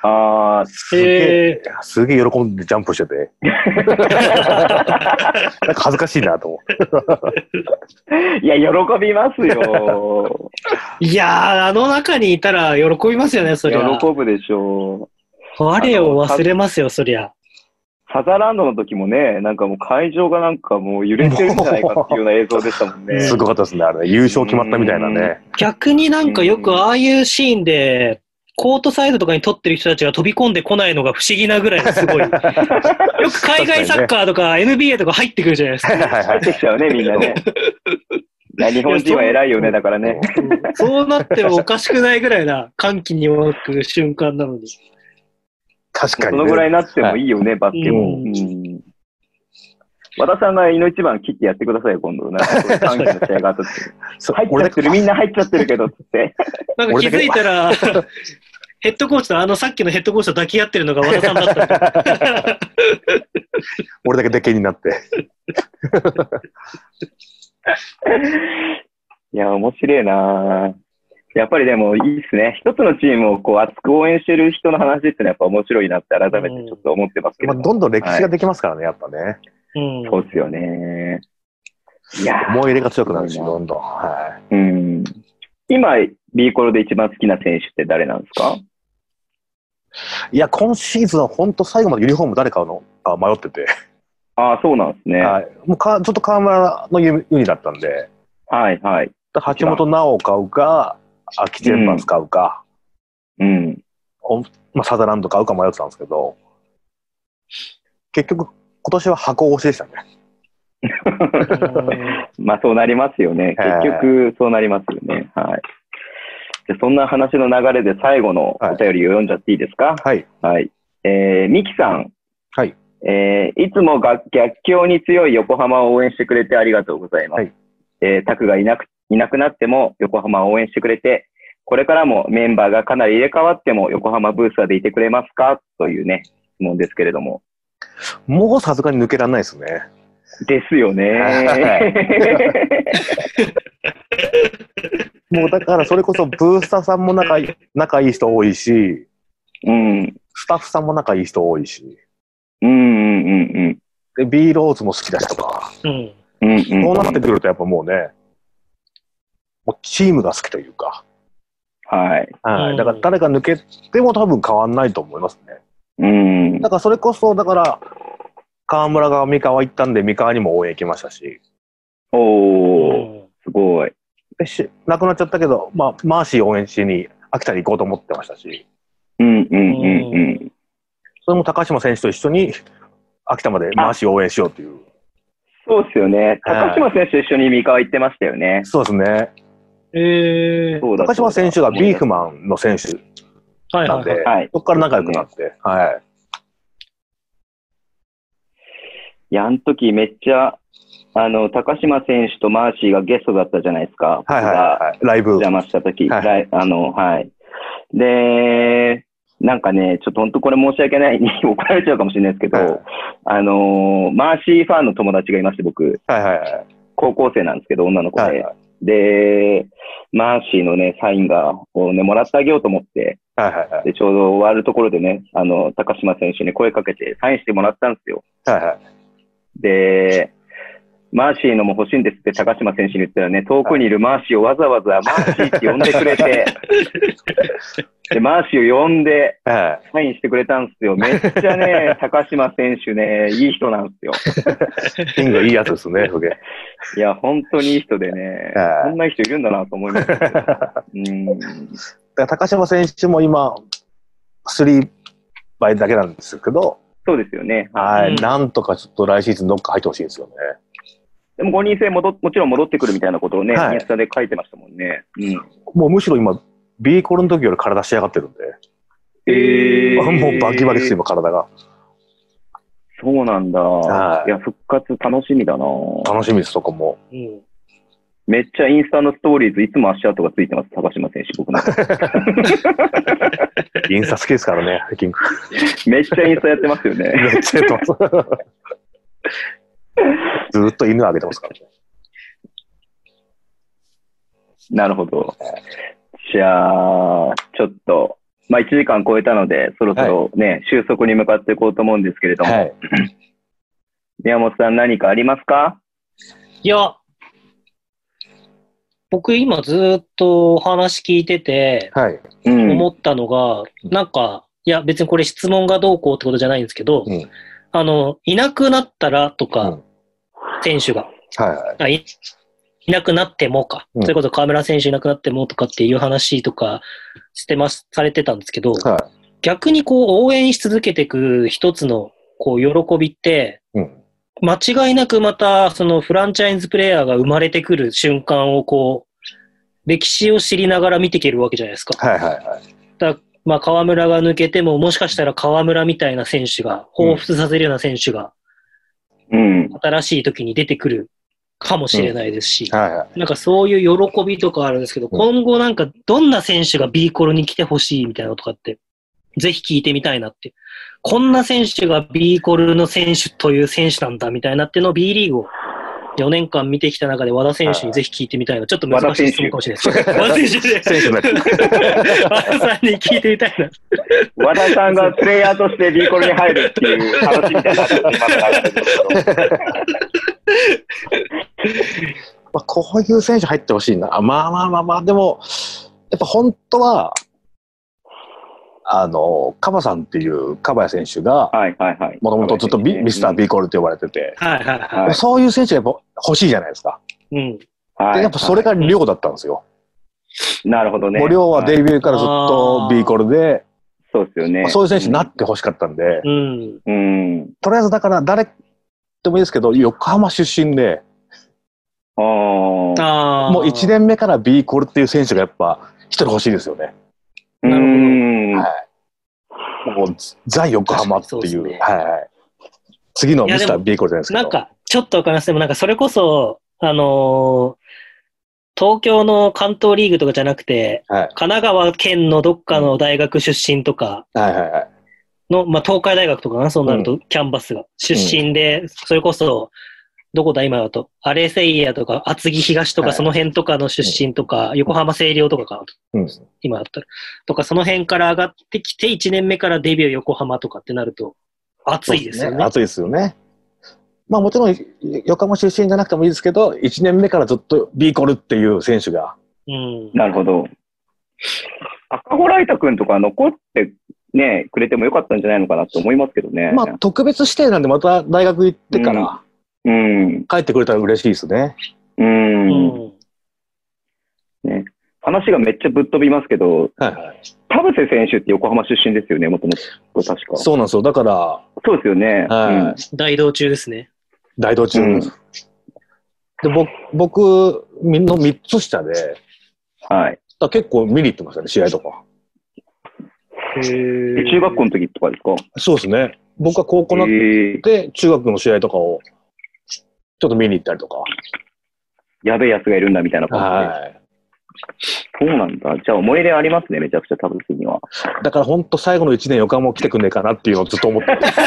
[SPEAKER 2] ああ、
[SPEAKER 4] すげえ、
[SPEAKER 3] え
[SPEAKER 4] すげえ喜んでジャンプして て。なんか恥ずかしいなと思って。
[SPEAKER 2] いや、喜びます よ。
[SPEAKER 3] ーいやー、あの中にいたら喜びますよね、そりゃ。
[SPEAKER 2] 喜ぶでしょう。
[SPEAKER 3] 我を忘れますよ、そりゃ。
[SPEAKER 2] サザーランドの時もね、なんかもう会場がなんかもう揺れてるんじゃないかっていうような映像でしたもんね。
[SPEAKER 4] すごかったですね、あれね。優勝決まったみたいなね。
[SPEAKER 3] 逆になんかよくああいうシーンで、コートサイドとかに撮ってる人たちが飛び込んでこないのが不思議なぐらい すごい。よく海外サッカーとか NBA とか入ってくるじゃないですか。
[SPEAKER 4] はいはいは
[SPEAKER 2] 入っ
[SPEAKER 4] い。
[SPEAKER 2] てきちゃうね、みんなね。いや日本人は偉いよね、だからね。
[SPEAKER 3] そうなってもおかしくないぐらいな歓喜に湧く瞬間なのに。
[SPEAKER 4] 確か
[SPEAKER 2] そ
[SPEAKER 4] に、ね。
[SPEAKER 2] のぐらいになってもいいよね、バスケも。
[SPEAKER 3] う
[SPEAKER 2] うん和田さんが井の一番切ってやってくださいよ、今度。なんかそういう歓喜の試合があった時
[SPEAKER 4] そう
[SPEAKER 2] 入 っちゃってる、みんな入っちゃってるけど、つって。
[SPEAKER 3] なんか気づいたら、ヘッドコーチとあのさっきのヘッドコーチと抱き合ってるのが和田さんだった。
[SPEAKER 4] 俺だけでけになって。
[SPEAKER 2] いや、面白いなぁやっぱりでもいいっすね。一つのチームをこう熱く応援してる人の話ってのはやっぱ面白いなって改めてちょっと思ってますけ
[SPEAKER 4] ま
[SPEAKER 2] ど。
[SPEAKER 4] あ、どんどん歴史ができますからね、やっぱね。
[SPEAKER 3] うん
[SPEAKER 2] そうっすよね。いやー
[SPEAKER 4] 思い入れが強くなるし、
[SPEAKER 2] うん
[SPEAKER 4] どんどん。は
[SPEAKER 2] うん今、B コロで一番好きな選手って誰なんですか
[SPEAKER 4] い。いや、今シーズンは本当最後までユニフォーム誰買うのか迷ってて。
[SPEAKER 2] ああ、そうなんですね。は
[SPEAKER 4] はい。もうか、ずっと河村のユニだったんで、
[SPEAKER 2] い、はい。
[SPEAKER 4] 橋本奈緒を買うか、秋チェンバンス買うか、
[SPEAKER 2] うん。
[SPEAKER 4] まあ、サザーランド買うか迷ってたんですけど、結局、今年は箱推しでしたね。
[SPEAKER 2] まあ、そうなりますよね。
[SPEAKER 4] はい
[SPEAKER 2] 結局、そうなりますよね。はい。じゃあそんな話の流れで最後のお便りを読んじゃっていいですか
[SPEAKER 4] はい。
[SPEAKER 2] はい。えー、ミキさん。
[SPEAKER 4] はい。
[SPEAKER 2] えーいつもが逆境に強い横浜を応援してくれてありがとうございます。
[SPEAKER 4] はい
[SPEAKER 2] えータクがいなく、いなくなっても横浜を応援してくれて、これからもメンバーがかなり入れ替わっても横浜ブースターでいてくれますかというね、質問ですけれども。
[SPEAKER 4] もうさすがに抜けられないですね。
[SPEAKER 2] ですよね。
[SPEAKER 4] もうだからそれこそブースターさんも仲いい仲いい人多いし、
[SPEAKER 2] うん。
[SPEAKER 4] スタッフさんも仲いい人多いし、
[SPEAKER 2] うんうんうん
[SPEAKER 4] で、B ローズも好きだしとか、
[SPEAKER 3] うん
[SPEAKER 2] うん。うんうん、
[SPEAKER 4] そうなってくるとやっぱもうね、もうチームが好きというか、
[SPEAKER 2] はい。
[SPEAKER 4] は
[SPEAKER 3] うん
[SPEAKER 4] い。だから誰が抜けても多分変わんないと思いますね。
[SPEAKER 2] うん。
[SPEAKER 4] だからそれこそ、だから、河村が三河行ったんで三河にも応援行きましたし、
[SPEAKER 2] おー、すごい。
[SPEAKER 4] でし亡くなっちゃったけど、まあ、マーシー応援しに秋田に行こうと思ってましたし、
[SPEAKER 2] うんうんうんうん。
[SPEAKER 4] それも高島選手と一緒に秋田までマーシー応援しようという。
[SPEAKER 2] そうですよね。
[SPEAKER 4] はい
[SPEAKER 2] 高島選手と一緒に三河行ってましたよね。
[SPEAKER 4] そうですね。
[SPEAKER 3] えー
[SPEAKER 2] そうだ
[SPEAKER 4] 高島選手がビーフ
[SPEAKER 2] マ
[SPEAKER 4] マンの選手、
[SPEAKER 3] はい
[SPEAKER 4] なん
[SPEAKER 3] はい
[SPEAKER 4] で
[SPEAKER 3] はい。
[SPEAKER 2] はい。
[SPEAKER 4] そこから仲良くなって、はい。
[SPEAKER 2] いや、あの時めっちゃ、あの、高島選手とマーシーがゲストだったじゃないですか。
[SPEAKER 4] はいはい
[SPEAKER 2] 僕が
[SPEAKER 4] はい。ライブ。
[SPEAKER 2] 邪魔した時、
[SPEAKER 4] はい
[SPEAKER 2] ライあの、はい。で、なんかね、ちょっと本当これ申し訳ないに 怒られちゃうかもしれないですけど、
[SPEAKER 4] はい
[SPEAKER 2] あのーマーシーファンの友達がいまして、僕、
[SPEAKER 4] はいはいはい。
[SPEAKER 2] 高校生なんですけど、女の子で。
[SPEAKER 4] はいは
[SPEAKER 2] で、マーシーのね、サインが、をね、もらってあげようと思って、
[SPEAKER 4] はいはいはい。
[SPEAKER 2] で、ちょうど終わるところでね、あの、高島選手に声かけて、サインしてもらったんですよ。
[SPEAKER 4] はいはい。
[SPEAKER 2] で、マーシーのも欲しいんですって高島選手に言ったらね、遠くにいるマーシーをわざわざマーシーって呼んでくれて、で、マーシーを呼んで、
[SPEAKER 4] は
[SPEAKER 2] サインしてくれたんですよ。めっちゃね、高島選手ね、いい人なんですよ。
[SPEAKER 4] い。キングいいやつです ね、それ。
[SPEAKER 2] いや、本当にいい人でね、
[SPEAKER 4] はい
[SPEAKER 2] こんな人いるんだなと思いましたけど。うん。
[SPEAKER 4] だから高島選手も今、3倍だけなんですけど、
[SPEAKER 2] そうですよね。
[SPEAKER 4] はい、
[SPEAKER 3] うん
[SPEAKER 4] なんとかちょっと来シーズンどっか入ってほしいですよね。
[SPEAKER 2] でも5人制もど、もちろん戻ってくるみたいなことをね、
[SPEAKER 4] はい
[SPEAKER 2] インスタで書いてましたもんね。うん。
[SPEAKER 4] もうむしろ今、B コロの時より体仕上がってるんで、
[SPEAKER 3] えー
[SPEAKER 4] もうバキバキです、今、体が。
[SPEAKER 2] そうなんだ。
[SPEAKER 4] はい
[SPEAKER 2] いや、復活楽しみだな
[SPEAKER 4] 楽しみです、そこも。
[SPEAKER 3] うん
[SPEAKER 2] めっちゃインスタのストーリーズ、いつも足跡がついてます、高島選手、僕の。
[SPEAKER 4] インスタ好きですからね、キング。
[SPEAKER 2] めっちゃインスタやってますよ ね。
[SPEAKER 4] めっちゃやってます。ずーっと犬あげてますからね。
[SPEAKER 2] なるほど。じゃあ、ちょっと、まあ1時間超えたので、そろそろね、収束に向かっていこうと思うんですけれども、
[SPEAKER 4] はい。
[SPEAKER 2] 宮本さん何かありますか
[SPEAKER 3] いや、僕今ずっとお話聞いてて、
[SPEAKER 4] はい。
[SPEAKER 2] うん。
[SPEAKER 3] 思ったのが、
[SPEAKER 4] うん
[SPEAKER 3] なんか、いや別にこれ質問がどうこうってことじゃないんですけど、
[SPEAKER 4] うん
[SPEAKER 3] あの、いなくなったらとか、
[SPEAKER 4] うん
[SPEAKER 3] 選手が、
[SPEAKER 4] はいはい。
[SPEAKER 3] あいいなくなってもか、
[SPEAKER 4] うん
[SPEAKER 3] それこそ河村選手いなくなってもとかっていう話とかしてます、されてたんですけど、
[SPEAKER 4] は
[SPEAKER 3] 逆にこう応援し続けていく一つのこう喜びって、
[SPEAKER 4] い。うん。
[SPEAKER 3] 間違いなくまたそのフランチャイズプレイヤーが生まれてくる瞬間をこう、歴史を知りながら見ていけるわけじゃないですか。
[SPEAKER 4] はいはいはい。
[SPEAKER 3] だまあ、河村が抜けても、もしかしたら河村みたいな選手が、彷彿させるような選手が、
[SPEAKER 2] うん。
[SPEAKER 3] 新しい時に出てくるかもしれないですし、
[SPEAKER 4] はいはい。
[SPEAKER 3] なんかそういう喜びとかあるんですけど、
[SPEAKER 4] うん
[SPEAKER 3] 今後なんかどんな選手が B コロに来てほしいみたいなのとかって、ぜひ聞いてみたいなって。こんな選手が B コロの選手という選手なんだみたいなっていうのを B リーグを4年間見てきた中で和田選手にぜひ聞いてみたいな。ちょっと難しい質問かもしれないですけど。和田選手で。
[SPEAKER 4] 選手のやつ
[SPEAKER 3] 和田さんに聞いてみたいな。
[SPEAKER 2] 和田さんがプレイヤーとして B コルに入るっていう話みたいな話に今からなってるんですけど。
[SPEAKER 4] まあ、こういう選手入ってほしいな。あまあまあまあまあ、でも、やっぱ本当は、あの、カバさんっていうカバヤ選手が、
[SPEAKER 2] はいはいはい。
[SPEAKER 4] もともとずっとビミスター B コールと呼ばれてて、
[SPEAKER 3] はいはいは
[SPEAKER 2] はい
[SPEAKER 4] そういう選手がやっぱ欲しいじゃないですか。
[SPEAKER 3] い。うん。
[SPEAKER 2] は
[SPEAKER 4] で
[SPEAKER 2] い。
[SPEAKER 4] やっぱそれが寮だったんですよ。
[SPEAKER 2] なるほどね。
[SPEAKER 4] もう寮はデビューからずっと
[SPEAKER 3] あー
[SPEAKER 4] B コールで、
[SPEAKER 2] そうですよね
[SPEAKER 4] まあ。そういう選手になってほしかったんで、
[SPEAKER 3] うん。
[SPEAKER 2] うん。
[SPEAKER 4] とりあえずだから誰でもいいですけど、横浜出身で、
[SPEAKER 2] あー
[SPEAKER 3] ああ。
[SPEAKER 4] もう1。年目から B コールっていう選手がやっぱ一人欲しいですよね。
[SPEAKER 2] う
[SPEAKER 3] なるほど
[SPEAKER 2] ん。
[SPEAKER 4] もうザ横浜って
[SPEAKER 3] 確かに
[SPEAKER 4] い
[SPEAKER 3] そう
[SPEAKER 4] う、
[SPEAKER 3] ですね
[SPEAKER 4] はいはい。次の
[SPEAKER 3] いや
[SPEAKER 4] ミスター
[SPEAKER 3] でも
[SPEAKER 4] B コールじゃないですけど。
[SPEAKER 3] なんか、ちょっとわかります。でもなんかそれこそ、あのー東京の関東リーグとかじゃなくて、
[SPEAKER 4] はい
[SPEAKER 3] 神奈川県のどっかの大学出身とか
[SPEAKER 4] はいはいはい。
[SPEAKER 3] の、まあ、東海大学とかな、そうなると、キャンバスが。出身で、それこそ、どこだ今だと、アレセイヤとか、厚木東と
[SPEAKER 4] は
[SPEAKER 3] か、
[SPEAKER 4] い
[SPEAKER 3] その辺とかの出身とか、横浜清涼とかかな、
[SPEAKER 4] うん。
[SPEAKER 3] 今だったら。とか、その辺から上がってきて、1年目からデビュー横浜とかってなると、熱いですよね。
[SPEAKER 4] 暑いですよね。まあもちろん、横浜出身じゃなくてもいいですけど、1年目からずっと B コールっていう選手が。
[SPEAKER 3] うん。
[SPEAKER 2] なるほど。赤穂ライタ君とか残ってね、くれてもよかったんじゃないのかなと思いますけどね。
[SPEAKER 4] まあ特別指定なんでまた大学行ってから
[SPEAKER 2] うん。
[SPEAKER 4] 帰ってくれたら嬉しいですね。
[SPEAKER 2] うん。
[SPEAKER 3] うん
[SPEAKER 2] 話がめっちゃぶっ飛びますけど、
[SPEAKER 4] はいはい。
[SPEAKER 2] 田臥選手って横浜出身ですよね、もともと確か。そ
[SPEAKER 4] そうなんですよ。だから、
[SPEAKER 2] うですよね。
[SPEAKER 4] はい
[SPEAKER 3] 大道中ですね。
[SPEAKER 4] 大道中。
[SPEAKER 2] うん
[SPEAKER 4] で、僕、みんな3つ下で、だか
[SPEAKER 2] うんはい。
[SPEAKER 4] ら結構見に行ってましたね、試合とか。
[SPEAKER 2] え中学校の時とかですか
[SPEAKER 4] そうですね。僕は高校になっ
[SPEAKER 2] えー、
[SPEAKER 4] て、中学の試合とかを、ちょっと見に行ったりとか。
[SPEAKER 2] やべえやつがいるんだみたいな感
[SPEAKER 4] はい。
[SPEAKER 2] じで。そうなんだ。じゃあ思い入れありますね、めちゃくちゃ田臥には。
[SPEAKER 4] だから本当最後の1年横浜来てくんねえかなっていうのをずっ と思ってます。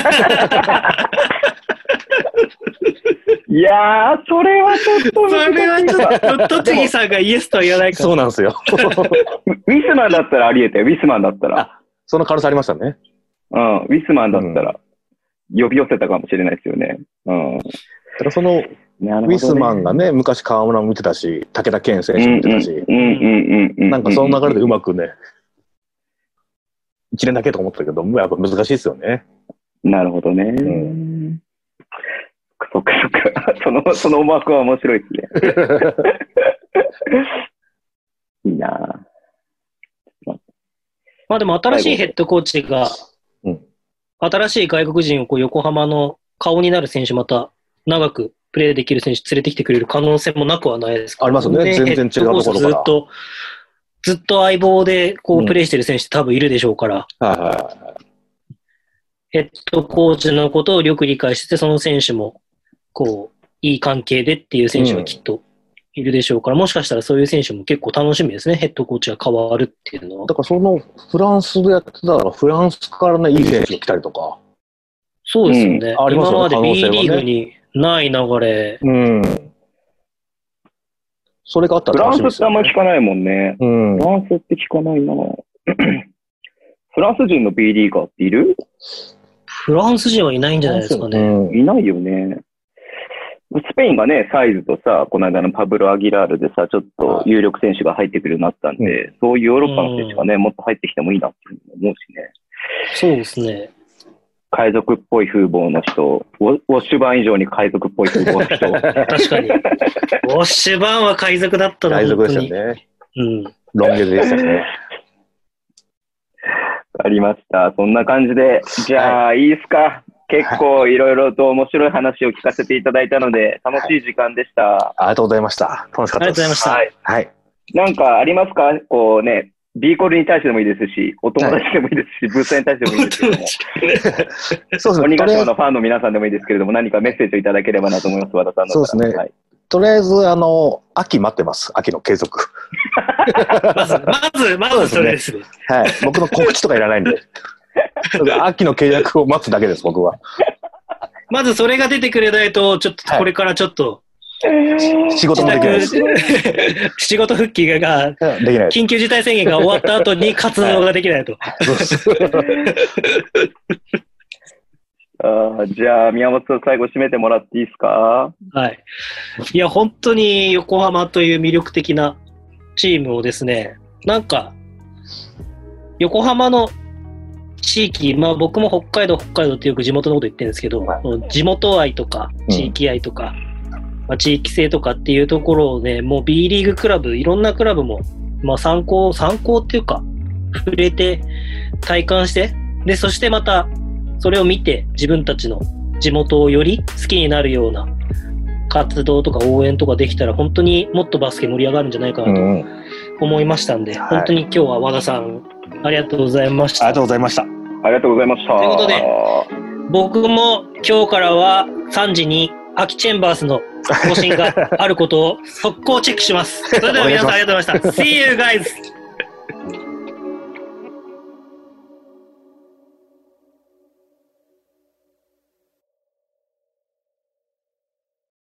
[SPEAKER 2] いやー、それはちょっと
[SPEAKER 3] それはちょっと、栃木さんがイエスとは言わないから。
[SPEAKER 4] そうなんですよ。
[SPEAKER 2] ウィスマンだったらありえたよ、ウィスマンだったら。
[SPEAKER 4] その軽さありましたね。
[SPEAKER 2] うん、ウィスマンだったら、呼び寄せたかもしれないですよね。うん。
[SPEAKER 4] だからその
[SPEAKER 2] なるほどね
[SPEAKER 4] ウィスマンがね、昔河村も見てたし、武田健選手も見てたし、
[SPEAKER 2] うんうんうんうんうん。
[SPEAKER 4] なんかその流れでうまくね、一年だけと思ったけど、やっぱ難しいですよね。
[SPEAKER 2] なるほどね。
[SPEAKER 4] ん
[SPEAKER 2] そっかそっか。 その、その思惑は面白いですね。いいなぁ
[SPEAKER 3] まあでも新しいヘッドコーチが
[SPEAKER 4] うん、
[SPEAKER 3] 新しい外国人をこう横浜の顔になる選手、また長くプレーできる選手連れてきてくれる可能性もなくはないです
[SPEAKER 4] ありますよね
[SPEAKER 3] で
[SPEAKER 4] 全然違うところから
[SPEAKER 3] ヘッドコーチずっと、ずっと相棒でこ
[SPEAKER 4] うん
[SPEAKER 3] うプレーしてる選手って多分いるでしょうから、
[SPEAKER 4] はいはいはい。
[SPEAKER 3] ヘッドコーチのことをよく理解してて、その選手も、こう、いい関係でっていう選手がきっといるでしょうから、もしかしたらそういう選手も結構楽しみですね、ヘッドコーチが変わるっていうのは
[SPEAKER 4] だ。からそのフランスでやってたら、フランスからね、いい選手が来たりとか。
[SPEAKER 3] そうですよね。
[SPEAKER 4] うんあります
[SPEAKER 3] 今
[SPEAKER 4] よ
[SPEAKER 3] まで
[SPEAKER 4] ね
[SPEAKER 3] B
[SPEAKER 4] 可能性はね
[SPEAKER 3] リーグにない流れ、
[SPEAKER 4] うん。それがあった
[SPEAKER 2] フ
[SPEAKER 4] ら
[SPEAKER 2] ラ
[SPEAKER 4] 楽
[SPEAKER 2] ン
[SPEAKER 4] しみで
[SPEAKER 2] スっ
[SPEAKER 4] す
[SPEAKER 2] てあ
[SPEAKER 4] よ、
[SPEAKER 2] んまり
[SPEAKER 4] ね。
[SPEAKER 2] 聞かないもんね。
[SPEAKER 4] うん
[SPEAKER 2] フ。ランスって聞かない なぁフランス人の B リーガーっている
[SPEAKER 3] フランス人はいないんじゃないですかね。
[SPEAKER 4] うん
[SPEAKER 2] いないよね。スペインがね、サイズとさ、この間のパブロ・アギラールでさ、ちょっと有力選手が入ってくるようになったんで、そういうヨーロッパの選手がね、もっと入ってきてもいいなっていうふうに思うしね。
[SPEAKER 3] そうですね。
[SPEAKER 2] 海賊っぽい風貌の人、ウォウォッシュバーン以上に海賊っぽい風貌の人。
[SPEAKER 3] 確 かに。ウォッシュバーンは海賊だったな、
[SPEAKER 4] 大丈夫
[SPEAKER 3] 本
[SPEAKER 4] で
[SPEAKER 3] 当
[SPEAKER 4] すよ
[SPEAKER 3] に。
[SPEAKER 4] ね。
[SPEAKER 3] うん。
[SPEAKER 4] ロン毛でしたね。
[SPEAKER 2] ありました。そんな感じで、じゃあ、い、いですか。結構いろいろと面白い話を聞かせていただいたので、楽しい時間でした。
[SPEAKER 4] ありがとうございました。楽しか
[SPEAKER 3] あり
[SPEAKER 4] ったです。
[SPEAKER 3] がとうございました
[SPEAKER 2] はい。
[SPEAKER 4] はい。
[SPEAKER 2] なんかありますかこうね、ビーコルに対してでもいいですし、お友達でもいいですし、ブースターに対してでもいいですけども、
[SPEAKER 4] そうですね。
[SPEAKER 2] 鬼
[SPEAKER 4] と
[SPEAKER 2] ヶ
[SPEAKER 4] りあえ
[SPEAKER 2] 島
[SPEAKER 4] ず
[SPEAKER 2] のファンの皆さんでもいいですけれども、何かメッセージをいただければなと思います、和田さんの
[SPEAKER 4] そうですね
[SPEAKER 2] はい、
[SPEAKER 4] とりあえず、あの、秋待ってます。秋の継続。
[SPEAKER 3] まず、まず、まずそれですね。
[SPEAKER 4] はい。僕の告知とかいらないん で。秋の契約を待つだけです、僕は。
[SPEAKER 3] まずそれが出てくれないと、ちょっとこれからちょっと、
[SPEAKER 4] 仕事もできないです。
[SPEAKER 3] 自宅 仕事復帰が、
[SPEAKER 4] うんできないです。
[SPEAKER 3] 緊急事態宣言が終わった後に活動ができないと。
[SPEAKER 2] あーじゃあ、宮本さん最後締めてもらっていいですか
[SPEAKER 3] はい。いや、本当に横浜という魅力的なチームをですね、なんか、横浜の地域、まあ僕も北海道、北海道ってよく地元のこと言ってるんですけど、
[SPEAKER 4] はい
[SPEAKER 3] その地元愛とか、地域愛とか、まあ、地域性とかっていうところをね、もう B リーグクラブ、いろんなクラブも、まあ参考、参考っていうか、触れて、体感して、で、そしてまた、それを見て、自分たちの地元をより好きになるような活動とか応援とかできたら、本当にもっとバスケ盛り上がるんじゃないか
[SPEAKER 4] う
[SPEAKER 3] なと
[SPEAKER 4] んうんあ
[SPEAKER 3] 思いましたんで、
[SPEAKER 4] はい
[SPEAKER 3] 本当に今日は和田さん、ありがとうございまし
[SPEAKER 4] りが
[SPEAKER 3] た。
[SPEAKER 4] とうございました。
[SPEAKER 2] ありがとうございました。
[SPEAKER 3] ということで僕も今日からは3時に秋チェンバースの更新があることを速攻チェックします。それでは皆さんありがとうございました。See you guys!